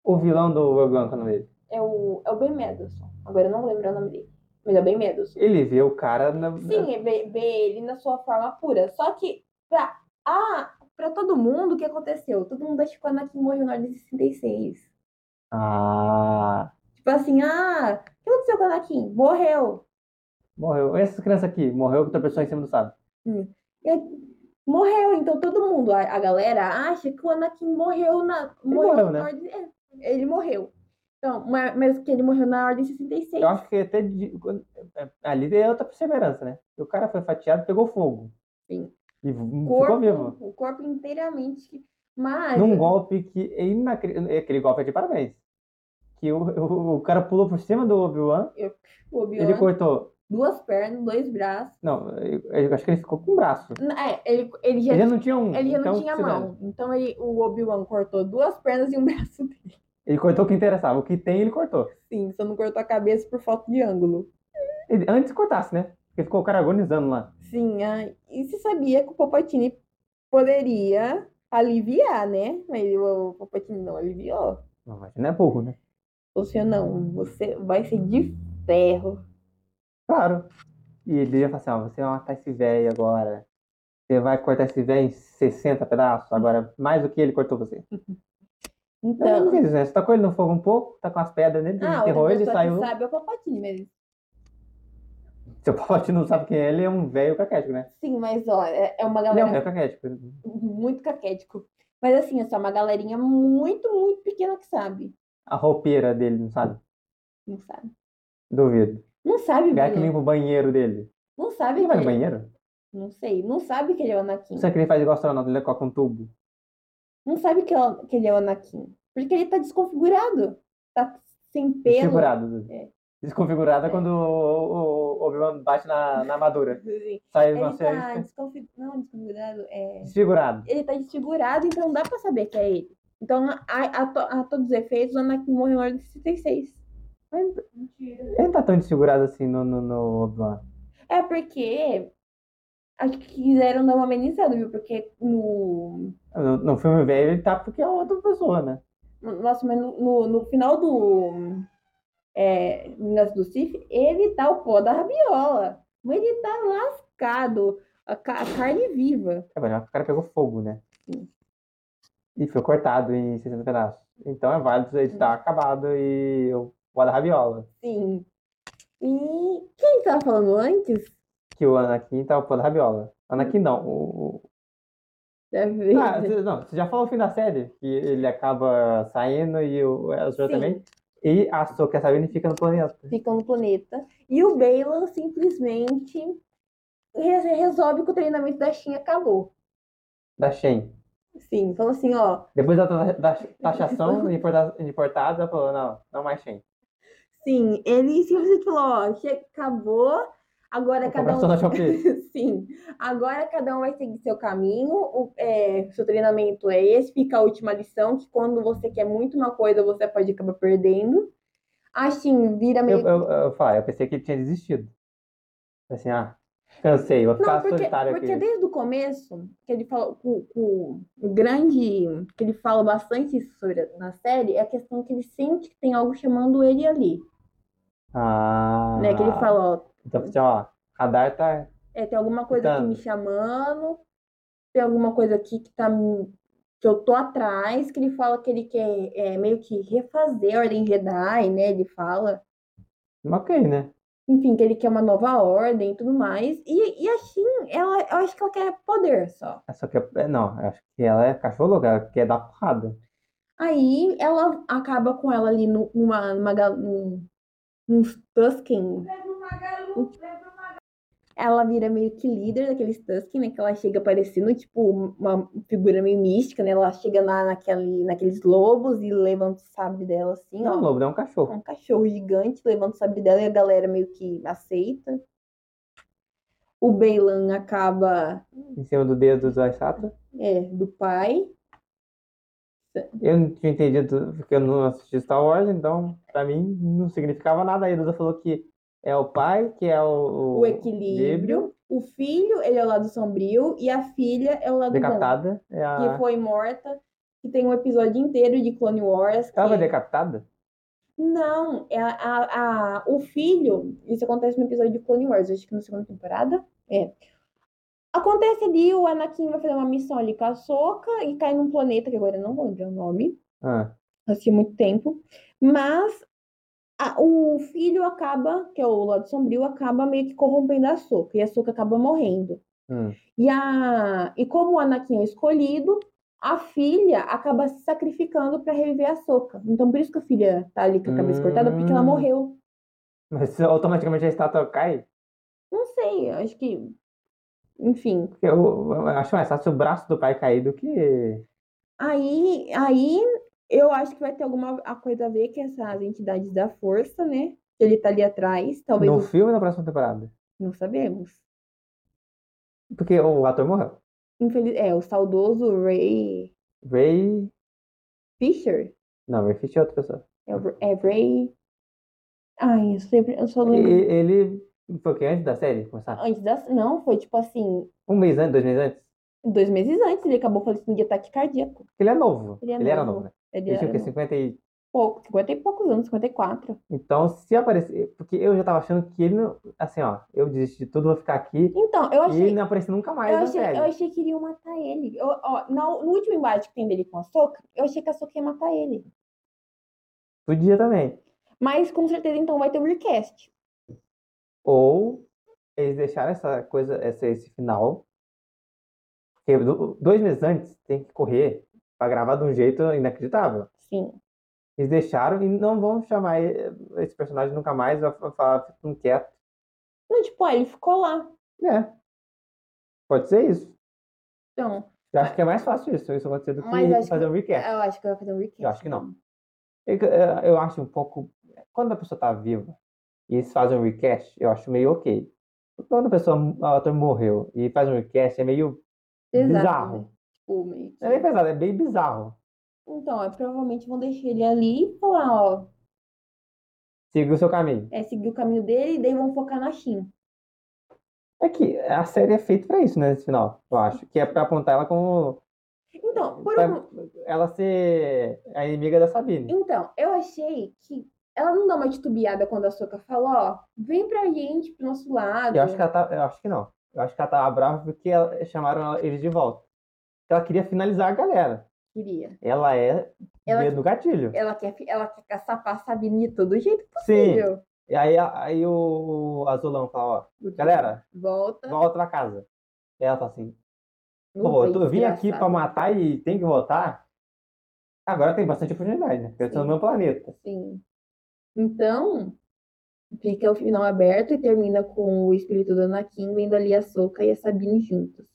Speaker 2: O vilão do Rogue One, que é o nome dele.
Speaker 1: É o, é o Ben Mendelsohn. Agora eu não lembro o nome dele. Mas é bem menos.
Speaker 2: Ele vê o cara na. na-
Speaker 1: Sim, é ver ver ele na sua forma pura. Só que pra, ah, pra todo mundo, o que aconteceu? Todo mundo achou que o Anakin morreu na hora de 66.
Speaker 2: Ah.
Speaker 1: Tipo assim, ah, o que aconteceu com o Anakin? Morreu.
Speaker 2: Morreu. Olha essa criança aqui. Morreu com outra pessoa em cima do sábio.
Speaker 1: Morreu, então todo mundo, a, a galera acha que o Anakin morreu na. na
Speaker 2: morreu, né?
Speaker 1: ordem- é, ele morreu. Então, mas, mas que ele morreu na ordem 66.
Speaker 2: Eu acho que até. de- quando- é, Ali é outra perseverança, né? E o cara foi fatiado pegou fogo.
Speaker 1: Sim.
Speaker 2: E v-
Speaker 1: O
Speaker 2: ficou vivo.
Speaker 1: corpo, né? o corpo inteiramente. Mas.
Speaker 2: Num golpe que é inacreditável. Aquele golpe é de parabéns. Que o, o, o cara pulou por cima do Obi-Wan,
Speaker 1: o Obi-Wan,
Speaker 2: ele cortou.
Speaker 1: duas pernas, dois braços.
Speaker 2: Não, eu, eu acho que ele ficou com um braço.
Speaker 1: É, ele, ele já
Speaker 2: Ele não tinha um.
Speaker 1: Ele já não
Speaker 2: então,
Speaker 1: tinha
Speaker 2: se dane.
Speaker 1: mão. Então ele, o Obi-Wan cortou duas pernas e um [laughs] braço dele.
Speaker 2: Ele cortou o que interessava. O que tem, ele cortou.
Speaker 1: Sim, só não cortou a cabeça por falta de ângulo.
Speaker 2: Ele- antes cortasse, né? Porque ficou o cara agonizando lá.
Speaker 1: Sim, ai. e se sabia que o Palpatine poderia aliviar, né? Mas o o Palpatine não aliviou.
Speaker 2: Não, mas não é burro, né?
Speaker 1: Você não, você vai ser de ferro.
Speaker 2: Claro. E ele ia falar assim, ó, você vai matar esse velho agora. Você vai cortar esse velho em 60 pedaços, agora mais do que ele cortou você. Não, não
Speaker 1: Então,
Speaker 2: fez isso, né? Você tacou ele no fogo um pouco, tá com as pedras nele,
Speaker 1: ah,
Speaker 2: enterrou
Speaker 1: outra
Speaker 2: ele,
Speaker 1: pessoa
Speaker 2: saiu.
Speaker 1: que sabe é o Palpatine, mas
Speaker 2: Seu Palpatine não sabe quem é, ele é um velho caquético, né?
Speaker 1: sim, mas ó, é é uma
Speaker 2: Ele é
Speaker 1: galera
Speaker 2: um velho caquético.
Speaker 1: muito caquético. Mas assim, é só uma galerinha muito, muito pequena que sabe.
Speaker 2: A roupeira dele, não sabe?
Speaker 1: Não sabe.
Speaker 2: Duvido.
Speaker 1: Não sabe,
Speaker 2: O cara que
Speaker 1: Bruno.
Speaker 2: limpa o banheiro dele.
Speaker 1: Não sabe,
Speaker 2: É Ele vai no
Speaker 1: velho.
Speaker 2: banheiro?
Speaker 1: Não sei. Não sabe que ele é o Anakin.
Speaker 2: Será que ele faz igual astronauta, ele coloca um tubo?
Speaker 1: Não sabe que, ela- que ele é o Anakin. Porque ele tá desconfigurado. Tá sem pelo.
Speaker 2: Desconfigurado.
Speaker 1: É.
Speaker 2: Desconfigurada
Speaker 1: É.
Speaker 2: quando o, o, o Obi-Wan bate na, na armadura.
Speaker 1: Ele
Speaker 2: Sai uma
Speaker 1: tá
Speaker 2: série
Speaker 1: desconfigurado. Não, desconfigurado. É...
Speaker 2: desfigurado.
Speaker 1: Ele tá desfigurado, então não dá pra saber que é ele. Então, a, a to- a todos os efeitos, o Anakin morreu na hora de 66. Mentira.
Speaker 2: Ele não tá tão desfigurado assim no, no, no Obi-Wan.
Speaker 1: É porque. Acho que quiseram dar uma amenizada, viu? Porque no.
Speaker 2: No, no filme velho ele tá porque é outra pessoa, né?
Speaker 1: no- Nossa, mas no, no- no final do. É, Vingança do Sif, ele tá o pó da rabiola. Mas ele tá lascado. A, ca- a carne viva.
Speaker 2: É, mas o cara pegou fogo, né?
Speaker 1: Sim.
Speaker 2: E foi cortado em 60 pedaços. Então é válido ele estar acabado e o Wada Rabiola.
Speaker 1: Sim. E quem tava falando antes?
Speaker 2: Que o Anakin tá o Wada Rabiola. Anakin não. O... o-
Speaker 1: Deve ver.
Speaker 2: Ah, você- não, você já falou o fim da série? Que ele acaba saindo e o Ezra também. E a Soca Sabine fica no planeta.
Speaker 1: ficam no planeta. E o Balan simplesmente re- resolve que o treinamento da Shin acabou.
Speaker 2: Da Shen.
Speaker 1: Sim, falou assim, ó.
Speaker 2: Depois da ta- da
Speaker 1: [laughs]
Speaker 2: taxação de importa- de importados, ela falou, não, não mais Shen.
Speaker 1: Sim, ele simplesmente falou, ó, che- acabou, agora
Speaker 2: Vou
Speaker 1: cada
Speaker 2: comprar só na
Speaker 1: um.
Speaker 2: Shopee.
Speaker 1: [laughs] Sim, agora cada um vai seguir seu caminho. O é, seu treinamento é esse, fica a última lição, que quando você quer muito uma coisa, você pode acabar perdendo. A Shin vira
Speaker 2: Eu,
Speaker 1: meio.
Speaker 2: eu, eu, falei, eu pensei que ele tinha desistido. Assim, ah, cansei, vou ficar
Speaker 1: Não, porque,
Speaker 2: solitário aqui.
Speaker 1: porque desde o começo, que ele fala, o, o, o grande, que ele fala bastante isso sobre, a- na série, é a questão que ele sente que tem algo chamando ele ali,
Speaker 2: Ah,
Speaker 1: né? Que ele fala, ó,
Speaker 2: Então, assim, ó, radar tá...
Speaker 1: É, tem alguma coisa aqui
Speaker 2: Tá.
Speaker 1: me chamando, tem alguma coisa aqui que tá me- que eu tô atrás, que ele fala que ele quer é, meio que refazer a ordem Jedi, né? Ele fala,
Speaker 2: Ok, né?
Speaker 1: enfim, que ele quer uma nova ordem e tudo mais. E, e a Shin, ela, eu acho que ela quer poder só.
Speaker 2: É Só que, eu- é, não, eu acho que ela é cachorro louca, ela quer dar porrada.
Speaker 1: Aí ela acaba com ela ali no, numa, numa, gal- num, uns Tusken. Ela vira meio que líder daqueles Tusken, né? Que ela chega parecendo, tipo, uma figura meio mística, né? Ela chega na, naquele, naqueles lobos e levanta o sabre dela, assim,
Speaker 2: Não,
Speaker 1: ó.
Speaker 2: lobo, não é um cachorro.
Speaker 1: Um cachorro gigante levanta o sabre dela e a galera meio que aceita. O Beilan acaba,
Speaker 2: Em cima do dedo da estátua.
Speaker 1: é, do pai.
Speaker 2: Eu não tinha entendido, porque eu não assisti Star Wars, então, pra mim, não significava nada. Aí a Duda falou que é o pai, que é o...
Speaker 1: o equilíbrio. O filho, ele é o lado sombrio. E a filha é o lado bom,
Speaker 2: Decapitada. É a...
Speaker 1: Que foi morta. Que tem um episódio inteiro de Clone Wars.
Speaker 2: Ela
Speaker 1: que-
Speaker 2: foi decapitada?
Speaker 1: Não, é a, a, a- o filho, isso acontece no episódio de Clone Wars, acho que na segunda temporada. É. Acontece ali, o Anakin vai fazer uma missão ali com a Sokka e cai num planeta, que agora eu não vou lembrar o nome,
Speaker 2: Ah,
Speaker 1: assim, há muito tempo. Mas a- o filho acaba, que é o lado sombrio, acaba meio que corrompendo a Sokka, e a Sokka acaba morrendo.
Speaker 2: hum.
Speaker 1: E, a, e como o Anakin é o escolhido, a filha acaba se sacrificando para reviver a Sokka. Então, por isso que a filha tá ali com a cabeça cortada, porque ela
Speaker 2: Hum.
Speaker 1: morreu.
Speaker 2: Mas automaticamente a estátua cai?
Speaker 1: Não sei, eu acho que. Enfim.
Speaker 2: Porque eu, eu acho mais fácil o braço do pai cair do que.
Speaker 1: Aí, aí eu acho que vai ter alguma a coisa a ver com essas entidades da força, né? Ele tá ali atrás, talvez.
Speaker 2: No
Speaker 1: o-
Speaker 2: filme ou na próxima temporada?
Speaker 1: Não sabemos.
Speaker 2: Porque o ator morreu.
Speaker 1: Infeliz... É, o saudoso Ray
Speaker 2: Ray.
Speaker 1: Fisher.
Speaker 2: Não, Ray Fisher é outra pessoa.
Speaker 1: É, o Ra- é Ray. Ai, eu sempre. Eu só
Speaker 2: E,
Speaker 1: lembro.
Speaker 2: ele. Foi o quê? Antes da série começar?
Speaker 1: Antes das. Não, foi tipo assim.
Speaker 2: Um mês antes, dois meses antes?
Speaker 1: Dois meses antes, ele acabou falecendo de ataque cardíaco.
Speaker 2: Ele é novo.
Speaker 1: Ele é
Speaker 2: era
Speaker 1: novo.
Speaker 2: novo, né?
Speaker 1: Ele
Speaker 2: Ele tinha o
Speaker 1: era
Speaker 2: quê?
Speaker 1: no-
Speaker 2: 50 e.
Speaker 1: pouco, 50 e poucos anos, 54.
Speaker 2: Então, se aparecer. Porque eu já tava achando que ele não. Assim, ó, eu desisti de tudo, vou ficar aqui.
Speaker 1: Então, eu
Speaker 2: E
Speaker 1: achei.
Speaker 2: ele não aparece nunca mais
Speaker 1: Eu
Speaker 2: na
Speaker 1: achei,
Speaker 2: série.
Speaker 1: eu achei que iriam matar ele. Eu- ó, no, no último embate que tem dele com a Soca, eu achei que a Soca ia matar ele.
Speaker 2: Podia também.
Speaker 1: Mas com certeza então vai ter um recast.
Speaker 2: Ou eles deixaram essa coisa, essa- esse final. Porque do- dois meses antes tem que correr pra gravar de um jeito inacreditável.
Speaker 1: Sim.
Speaker 2: Eles deixaram e não vão chamar e- esse personagem nunca mais, vai fa- falar, fica um quieto.
Speaker 1: Não, tipo, ó, ele ficou lá.
Speaker 2: É. Pode ser isso.
Speaker 1: Então,
Speaker 2: Eu acho que é mais fácil isso, isso acontecer do que
Speaker 1: Mas acho
Speaker 2: fazer um recap.
Speaker 1: eu acho que vai fazer um recast.
Speaker 2: Eu acho que não. Eu, eu- eu acho um pouco. Quando a pessoa tá viva e eles fazem um recast, eu acho meio ok. Quando a pessoa, o ator morreu e faz um recast, é meio
Speaker 1: Exato,
Speaker 2: bizarro.
Speaker 1: né? Tipo, meio que-
Speaker 2: Não é nem pesado, é bem bizarro.
Speaker 1: Então, é, provavelmente vão deixar ele ali e falar, ó,
Speaker 2: Siga o seu caminho.
Speaker 1: é, seguir o caminho dele e daí vão focar na Shin.
Speaker 2: É que a série é feita pra isso, né? Nesse final, eu acho. Que é pra apontar ela como.
Speaker 1: Então, por
Speaker 2: pra
Speaker 1: um,
Speaker 2: ela ser a inimiga da Sabine.
Speaker 1: Então, eu achei que ela não dá uma titubeada quando a Soca fala, ó, vem pra gente, pro nosso lado.
Speaker 2: Eu acho que ela tá. Eu acho que não. Eu acho que ela tava brava porque ela- chamaram ela- eles de volta. Então, Ela queria finalizar a galera.
Speaker 1: queria.
Speaker 2: Ela é
Speaker 1: Ela-
Speaker 2: dedo no gatilho.
Speaker 1: Ela quer, fi- ela quer caçapar a Sabine de todo jeito
Speaker 2: Sim.
Speaker 1: possível.
Speaker 2: E aí, aí o Azulão fala, ó, galera,
Speaker 1: Volta.
Speaker 2: volta pra casa. E ela fala assim,
Speaker 1: Uhum. Não
Speaker 2: pô,
Speaker 1: foi
Speaker 2: eu vim aqui pra
Speaker 1: desgraçado.
Speaker 2: matar e tem que voltar. Agora tem bastante oportunidade, né? Porque eu tô no
Speaker 1: Sim.
Speaker 2: meu planeta.
Speaker 1: Sim. Então, fica o final aberto e termina com o espírito do Anakin vendo ali a Soca e a Sabine juntos.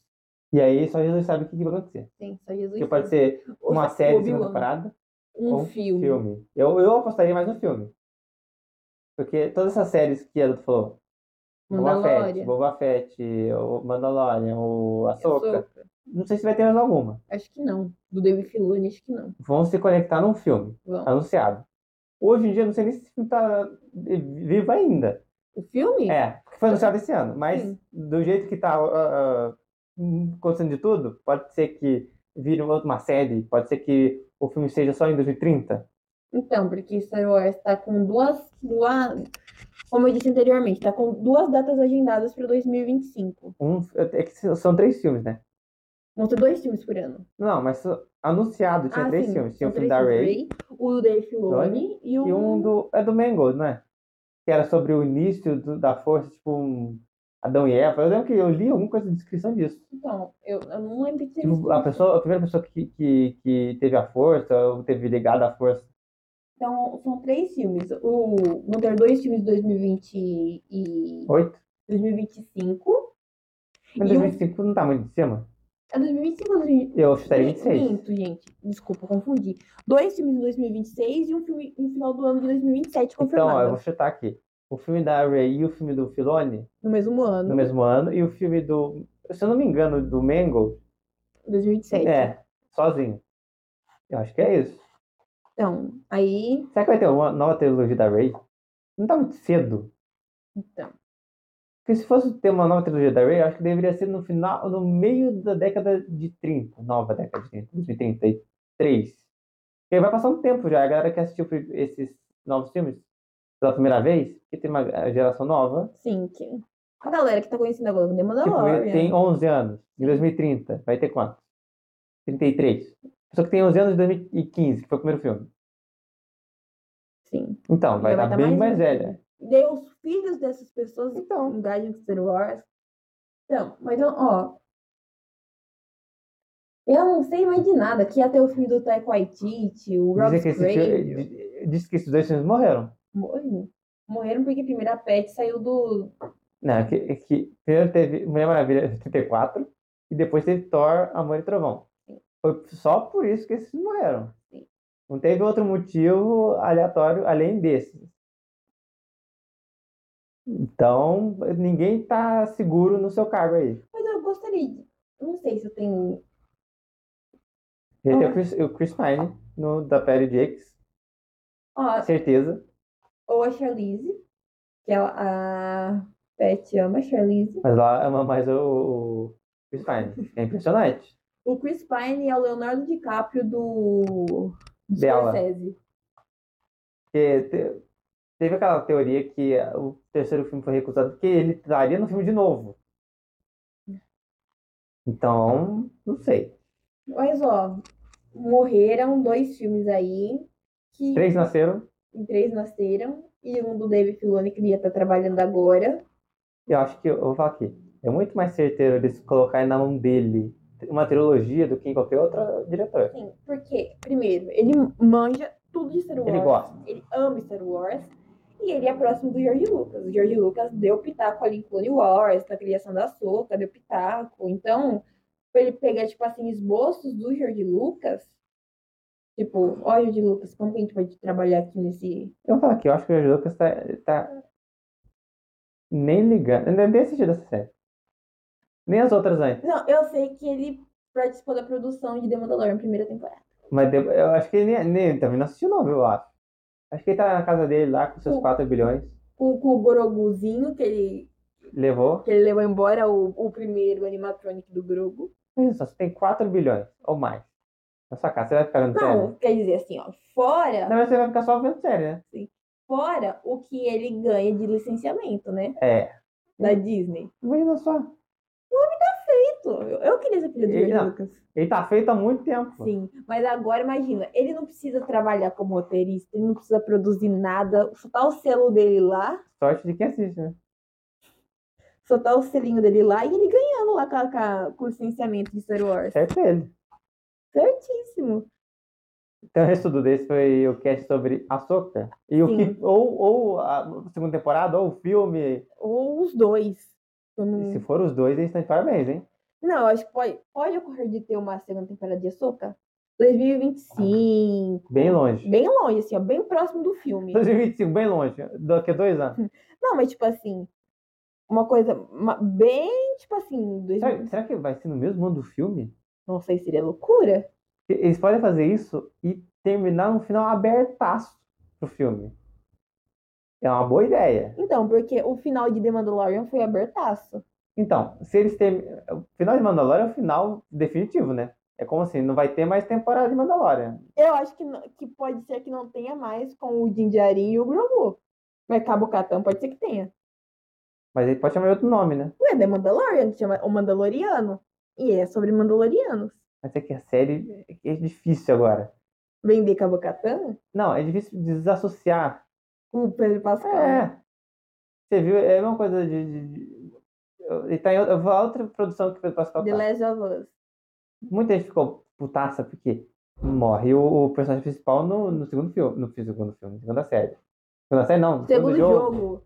Speaker 2: E aí só Jesus sabe o que que vai acontecer.
Speaker 1: Sim, só Jesus.
Speaker 2: Porque pode
Speaker 1: sabe.
Speaker 2: ser
Speaker 1: Ou
Speaker 2: uma
Speaker 1: só-
Speaker 2: série de segunda
Speaker 1: Obi-Wan.
Speaker 2: temporada,
Speaker 1: Um
Speaker 2: ou um
Speaker 1: filme.
Speaker 2: filme. Eu, eu apostaria mais no filme. Porque todas essas séries que a Dudu falou, Boba Fett,
Speaker 1: Mandalorian.
Speaker 2: Boba Fett, o Mandalorian, o Ahsoka,
Speaker 1: Ahsoka.
Speaker 2: não sei se vai ter mais alguma.
Speaker 1: Acho que não. Do David Filoni, acho que não.
Speaker 2: Vão se conectar num filme
Speaker 1: Vamos.
Speaker 2: anunciado. Hoje em dia, não sei nem se esse filme tá vivo ainda.
Speaker 1: O filme?
Speaker 2: É, porque foi anunciado esse ano. Mas
Speaker 1: Sim.
Speaker 2: do jeito que tá ah, ah, acontecendo de tudo, pode ser que vire uma uma série, pode ser que o filme seja só em 2030.
Speaker 1: Então, porque Star Wars está com duas, duas, como eu disse anteriormente, está com duas datas agendadas para 2025.
Speaker 2: Um, é que são três filmes, né?
Speaker 1: Vão ter dois filmes por ano. Ah,
Speaker 2: Não, mas anunciado tinha três filmes.
Speaker 1: são
Speaker 2: Tinha o
Speaker 1: três
Speaker 2: filme da Ray
Speaker 1: filmes, o do Dave Filoni e o
Speaker 2: e um do. É do Mango, não é? Que era sobre o início do- da força, tipo um Adão e Eva. Eu lembro que eu li alguma coisa de descrição disso.
Speaker 1: Então, eu, eu não lembro de ter
Speaker 2: Tipo,
Speaker 1: visto
Speaker 2: a,
Speaker 1: isso.
Speaker 2: pessoa, a primeira pessoa que, que, que teve a força, ou teve ligado à força.
Speaker 1: Então, são três filmes. O, vão ter dois filmes de 2020 e
Speaker 2: Oito?
Speaker 1: 2025.
Speaker 2: Mas
Speaker 1: E um-
Speaker 2: 2025 não tá muito de cima.
Speaker 1: É 2025 ou 2025?
Speaker 2: Eu chutaria
Speaker 1: Min-
Speaker 2: 26.
Speaker 1: Minto, gente. Desculpa, confundi. Dois filmes em 2026 e um filme no final do ano de 2027
Speaker 2: Então,
Speaker 1: confirmado.
Speaker 2: ó, eu vou chutar aqui. O filme da Ray e o filme do Filone
Speaker 1: No mesmo ano,
Speaker 2: no mesmo ano. E o filme do. Se eu não me engano, do Mango.
Speaker 1: 2027.
Speaker 2: É, sozinho. Eu acho que é isso.
Speaker 1: Então, aí.
Speaker 2: Será que vai ter uma nova trilogia da Ray? Não tá muito cedo.
Speaker 1: Então.
Speaker 2: Porque se fosse ter uma nova trilogia da Ray, eu acho que deveria ser no final, no meio da década de 30. Nova década de 30, 2033. Porque vai passar um tempo já. A galera que assistiu pri- esses novos filmes pela primeira vez, porque tem uma eh, geração nova.
Speaker 1: Sim, que... a galera que tá conhecendo agora o The
Speaker 2: Tipo,
Speaker 1: Mandalorian.
Speaker 2: ele tem 11 anos. Em 2030, vai ter quanto? 33. Pessoa que tem 11 anos em 2015, que foi o primeiro filme.
Speaker 1: Sim.
Speaker 2: Então, vai
Speaker 1: Já vai
Speaker 2: estar
Speaker 1: tá
Speaker 2: bem
Speaker 1: mais
Speaker 2: mais,
Speaker 1: velha.
Speaker 2: velha.
Speaker 1: E daí os filhos dessas pessoas
Speaker 2: Então,
Speaker 1: engajam com Star Wars. Então, mas então, ó. Eu não sei mais de nada. Que ia ter o filme do Taika Waititi, o Rob
Speaker 2: dizem que esse filme,
Speaker 1: Scrape.
Speaker 2: é di- diz que esses dois filmes morreram.
Speaker 1: Morreram. Morreram porque a primeira pet saiu do.
Speaker 2: Não, é que, é que primeiro teve Mulher Maravilha 34 e depois teve Thor, Amor e Trovão. Foi só por isso que esses morreram.
Speaker 1: Sim.
Speaker 2: Não teve outro motivo aleatório além desse. Então, ninguém tá seguro no seu cargo aí.
Speaker 1: Mas eu gostaria de. eu Não sei se eu tenho.
Speaker 2: Já tem
Speaker 1: Ah.
Speaker 2: o Chris, o Chris Pine no, da Perry Jakes,
Speaker 1: Ó,
Speaker 2: certeza.
Speaker 1: ou a Charlize, que ela, a Pet ama a Charlize.
Speaker 2: Mas lá ama mais o, o Chris Pine. É impressionante.
Speaker 1: O Chris Pine é o Leonardo DiCaprio do. do
Speaker 2: Dela.
Speaker 1: Scorsese.
Speaker 2: Porque te- teve aquela teoria que ah, o terceiro filme foi recusado porque ele estaria no filme de novo. Então, não sei.
Speaker 1: Mas, ó, morreram dois filmes aí. Que
Speaker 2: Três nasceram,
Speaker 1: em três nasceram. E um do David Filoni que ele ia estar trabalhando agora.
Speaker 2: eu acho que, eu vou falar aqui, é muito mais certeiro eles colocarem na mão dele uma trilogia do que em qualquer outro diretor.
Speaker 1: Sim, Assim, porque, primeiro, ele manja tudo de Star Wars.
Speaker 2: Ele gosta.
Speaker 1: Ele ama Star Wars. E ele é próximo do George Lucas. O George Lucas deu pitaco ali em Clone Wars, na criação da Soca, deu pitaco. Então, pra ele pegar, tipo assim, esboços do George Lucas. Tipo, olha, George Lucas, como que a gente pode trabalhar aqui nesse.
Speaker 2: Eu vou falar aqui, eu acho que o George Lucas tá, tá nem ligando, ele nem assistido essa série. Nem as outras antes.
Speaker 1: Não, eu sei que ele participou da produção de The Mandalorian, primeira temporada.
Speaker 2: Mas de- eu acho que ele nem, nem- também não assistiu não, eu acho. Acho que ele tá na casa dele lá com seus
Speaker 1: Sim.
Speaker 2: 4 bilhões.
Speaker 1: Com, com o Goroguzinho, que ele,
Speaker 2: Levou.
Speaker 1: que ele levou embora o, o primeiro animatronic do grupo.
Speaker 2: Pensa só, você tem 4 bilhões ou mais na sua casa. Você vai ficar vendo série?
Speaker 1: Não, quer dizer assim, ó, fora.
Speaker 2: Na verdade, você vai ficar só vendo série, né?
Speaker 1: Fora o que ele ganha de licenciamento, né?
Speaker 2: É.
Speaker 1: Da Disney.
Speaker 2: Imagina só.
Speaker 1: Feito. Eu, eu queria ser filha do
Speaker 2: Ele
Speaker 1: George
Speaker 2: não.
Speaker 1: Lucas.
Speaker 2: Ele tá feito há muito tempo.
Speaker 1: Sim. Mas agora imagina, ele não precisa trabalhar como roteirista, ele não precisa produzir nada, soltar o selo dele lá,
Speaker 2: Sorte de quem assiste, né?
Speaker 1: soltar o selinho dele lá e ele ganhando lá com, a- com a- com o licenciamento de Star Wars.
Speaker 2: Certo é ele.
Speaker 1: Certíssimo.
Speaker 2: Então, o estudo desse foi o cast sobre Ahsoka. E o
Speaker 1: Sim.
Speaker 2: que, ou, ou a segunda temporada, ou o filme.
Speaker 1: Ou os dois. Eu não-
Speaker 2: Se for os dois, eles estão de parabéns, hein?
Speaker 1: Não, eu acho que pode, pode ocorrer de ter uma segunda temporada de Ahsoka 2025.
Speaker 2: Bem longe.
Speaker 1: Bem longe, assim, ó, bem próximo do filme.
Speaker 2: 2025, bem longe. Daqui a dois anos.
Speaker 1: Não, mas tipo assim, uma coisa ma- bem, tipo assim, dois...
Speaker 2: Será, será que vai ser no mesmo ano do filme?
Speaker 1: não sei, seria loucura?
Speaker 2: Eles podem fazer isso e terminar um final abertaço pro filme. É uma boa ideia.
Speaker 1: Então, porque o final de The Mandalorian foi abertaço.
Speaker 2: Então, se eles terem. O final de Mandalorian é o final definitivo, né? É como assim, não vai ter mais temporada de Mandalorian.
Speaker 1: Eu acho que, não- que pode ser que não tenha mais com o Jinjarin e o Grogu. Mas Cabo Catan pode ser que tenha.
Speaker 2: Mas ele pode chamar de outro nome, né?
Speaker 1: Não é The Mandalorian, que chama O Mandaloriano. E é sobre Mandalorianos.
Speaker 2: Mas é que a série é difícil agora.
Speaker 1: Vender Cabo Catan
Speaker 2: Não, é difícil desassociar.
Speaker 1: com o Pedro Pascal.
Speaker 2: É. Você viu? É uma coisa de. de- de- Ele tá em outra, eu vou falar outra produção que o Pedro Pascal
Speaker 1: The
Speaker 2: tá.
Speaker 1: Last of Us.
Speaker 2: Muita gente ficou putaça porque morre o, o personagem principal no, no segundo filme. No segundo filme, na segunda série. Segunda série não, no
Speaker 1: Segundo
Speaker 2: segundo jogo.
Speaker 1: jogo.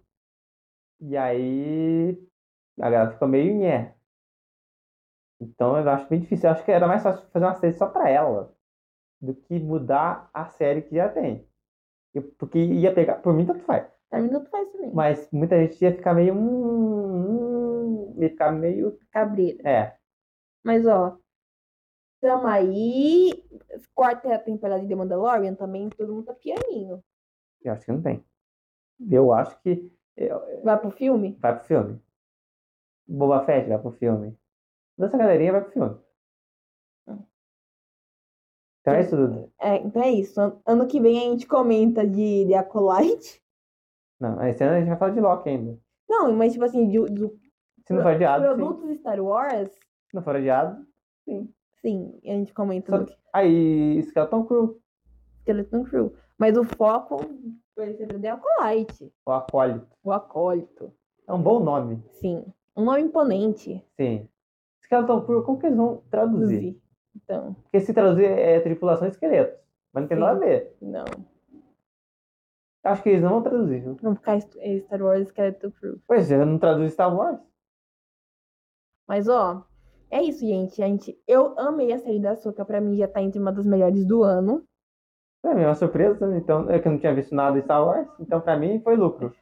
Speaker 2: E aí a galera ficou meio nhé. Então eu acho bem difícil. Eu acho que era mais fácil fazer uma série só pra ela do que mudar a série que já tem. Eu- porque ia pegar. Por mim, tanto faz.
Speaker 1: Pra mim, tanto faz também.
Speaker 2: Mas muita gente ia ficar meio. Hum, hum", ia ficar meio.
Speaker 1: Cabreira.
Speaker 2: É.
Speaker 1: Mas, ó, tamo aí. Quarta é temporada de The Mandalorian também, todo mundo tá pianinho.
Speaker 2: Eu acho que não tem. Eu acho que. eu-
Speaker 1: Vai pro filme?
Speaker 2: vai pro filme. Boba Fett vai pro filme. Toda essa galerinha vai pro filme. Então é isso, Duda.
Speaker 1: É, então é isso. An- Ano que vem a gente comenta de The Acolyte. [laughs]
Speaker 2: Não, esse ano a gente vai falar de Loki ainda.
Speaker 1: Não, mas tipo assim, de, do
Speaker 2: Se não for adiado, Ah, sim.
Speaker 1: produtos Star Wars,
Speaker 2: Se não for adiado.
Speaker 1: sim, a gente comenta
Speaker 2: Só
Speaker 1: do
Speaker 2: Aí, Skeleton Crew,
Speaker 1: Skeleton Crew. Mas o foco vai ser The Acolyte.
Speaker 2: o Acólito.
Speaker 1: O Acólito.
Speaker 2: É um bom nome,
Speaker 1: Sim. Um nome imponente.
Speaker 2: sim. Skeleton Crew, como que eles vão traduzir?
Speaker 1: Inclusive. Então,
Speaker 2: Porque se traduzir é tripulação e esqueleto. Mas não tem
Speaker 1: Sim.
Speaker 2: nada a ver.
Speaker 1: não.
Speaker 2: Acho que eles não vão traduzir, viu?
Speaker 1: Não ficar est- eh, Star Wars Skeleton Crew.
Speaker 2: Pois é, não traduz Star Wars.
Speaker 1: Mas, ó, é isso, gente. A gente eu amei a série da Soca. Pra mim, já tá entre uma das melhores do ano.
Speaker 2: Pra mim é uma surpresa, né? então eu que não tinha visto nada de Star Wars, então pra mim foi lucro.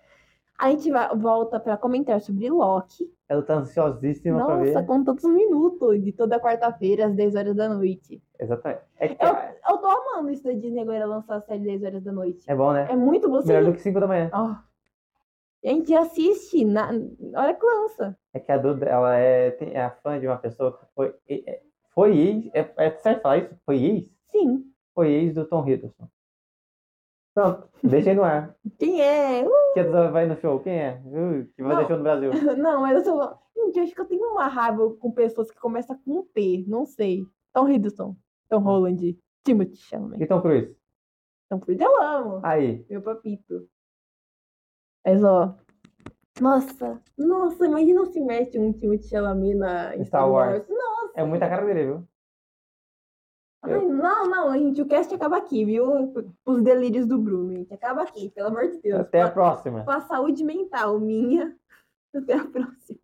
Speaker 1: A gente va- volta pra comentar sobre Loki.
Speaker 2: Ela tá ansiosíssima pra
Speaker 1: Nossa,
Speaker 2: ver.
Speaker 1: com tantos minutos de toda quarta-feira, às 10 horas da noite.
Speaker 2: Exatamente. É, que-
Speaker 1: Eu tô amando isso da Disney agora lançar a série 10 horas da noite.
Speaker 2: é bom, né?
Speaker 1: É muito bom. Você...
Speaker 2: Melhor do que 5 da manhã.
Speaker 1: Ó. A gente assiste na na hora que lança.
Speaker 2: É que a Duda, ela é, tem- é a fã de uma pessoa que foi, e- é- foi ex, é, é certo falar isso? Foi ex?
Speaker 1: Sim.
Speaker 2: Foi ex do Tom Hiddleston. Pronto, deixei no ar.
Speaker 1: Quem é? Uh,
Speaker 2: Que a Duda vai no show, quem é? Uh, que vai
Speaker 1: Não.
Speaker 2: no show no Brasil.
Speaker 1: Não, mas eu sou. Gente, eu acho que eu tenho uma raiva com pessoas que começam com um T. Não sei. Tom Hiddleston. Tom
Speaker 2: Hum.
Speaker 1: Holland. Timothy Chalamet.
Speaker 2: E Tom Cruise?
Speaker 1: Tom Cruise. Eu amo.
Speaker 2: Aí,
Speaker 1: Meu papito. Mas, ó. Nossa, nossa, imagina se mete um Timothy Chalamet na em
Speaker 2: Star Wars.
Speaker 1: Não,
Speaker 2: é muita cara dele, viu?
Speaker 1: ai, não, não, gente, o cast acaba aqui, viu? Os delírios do Bruno, gente, acaba aqui, pelo amor de Deus.
Speaker 2: Até a
Speaker 1: Com a-
Speaker 2: próxima.
Speaker 1: com a saúde mental minha. Até a próxima.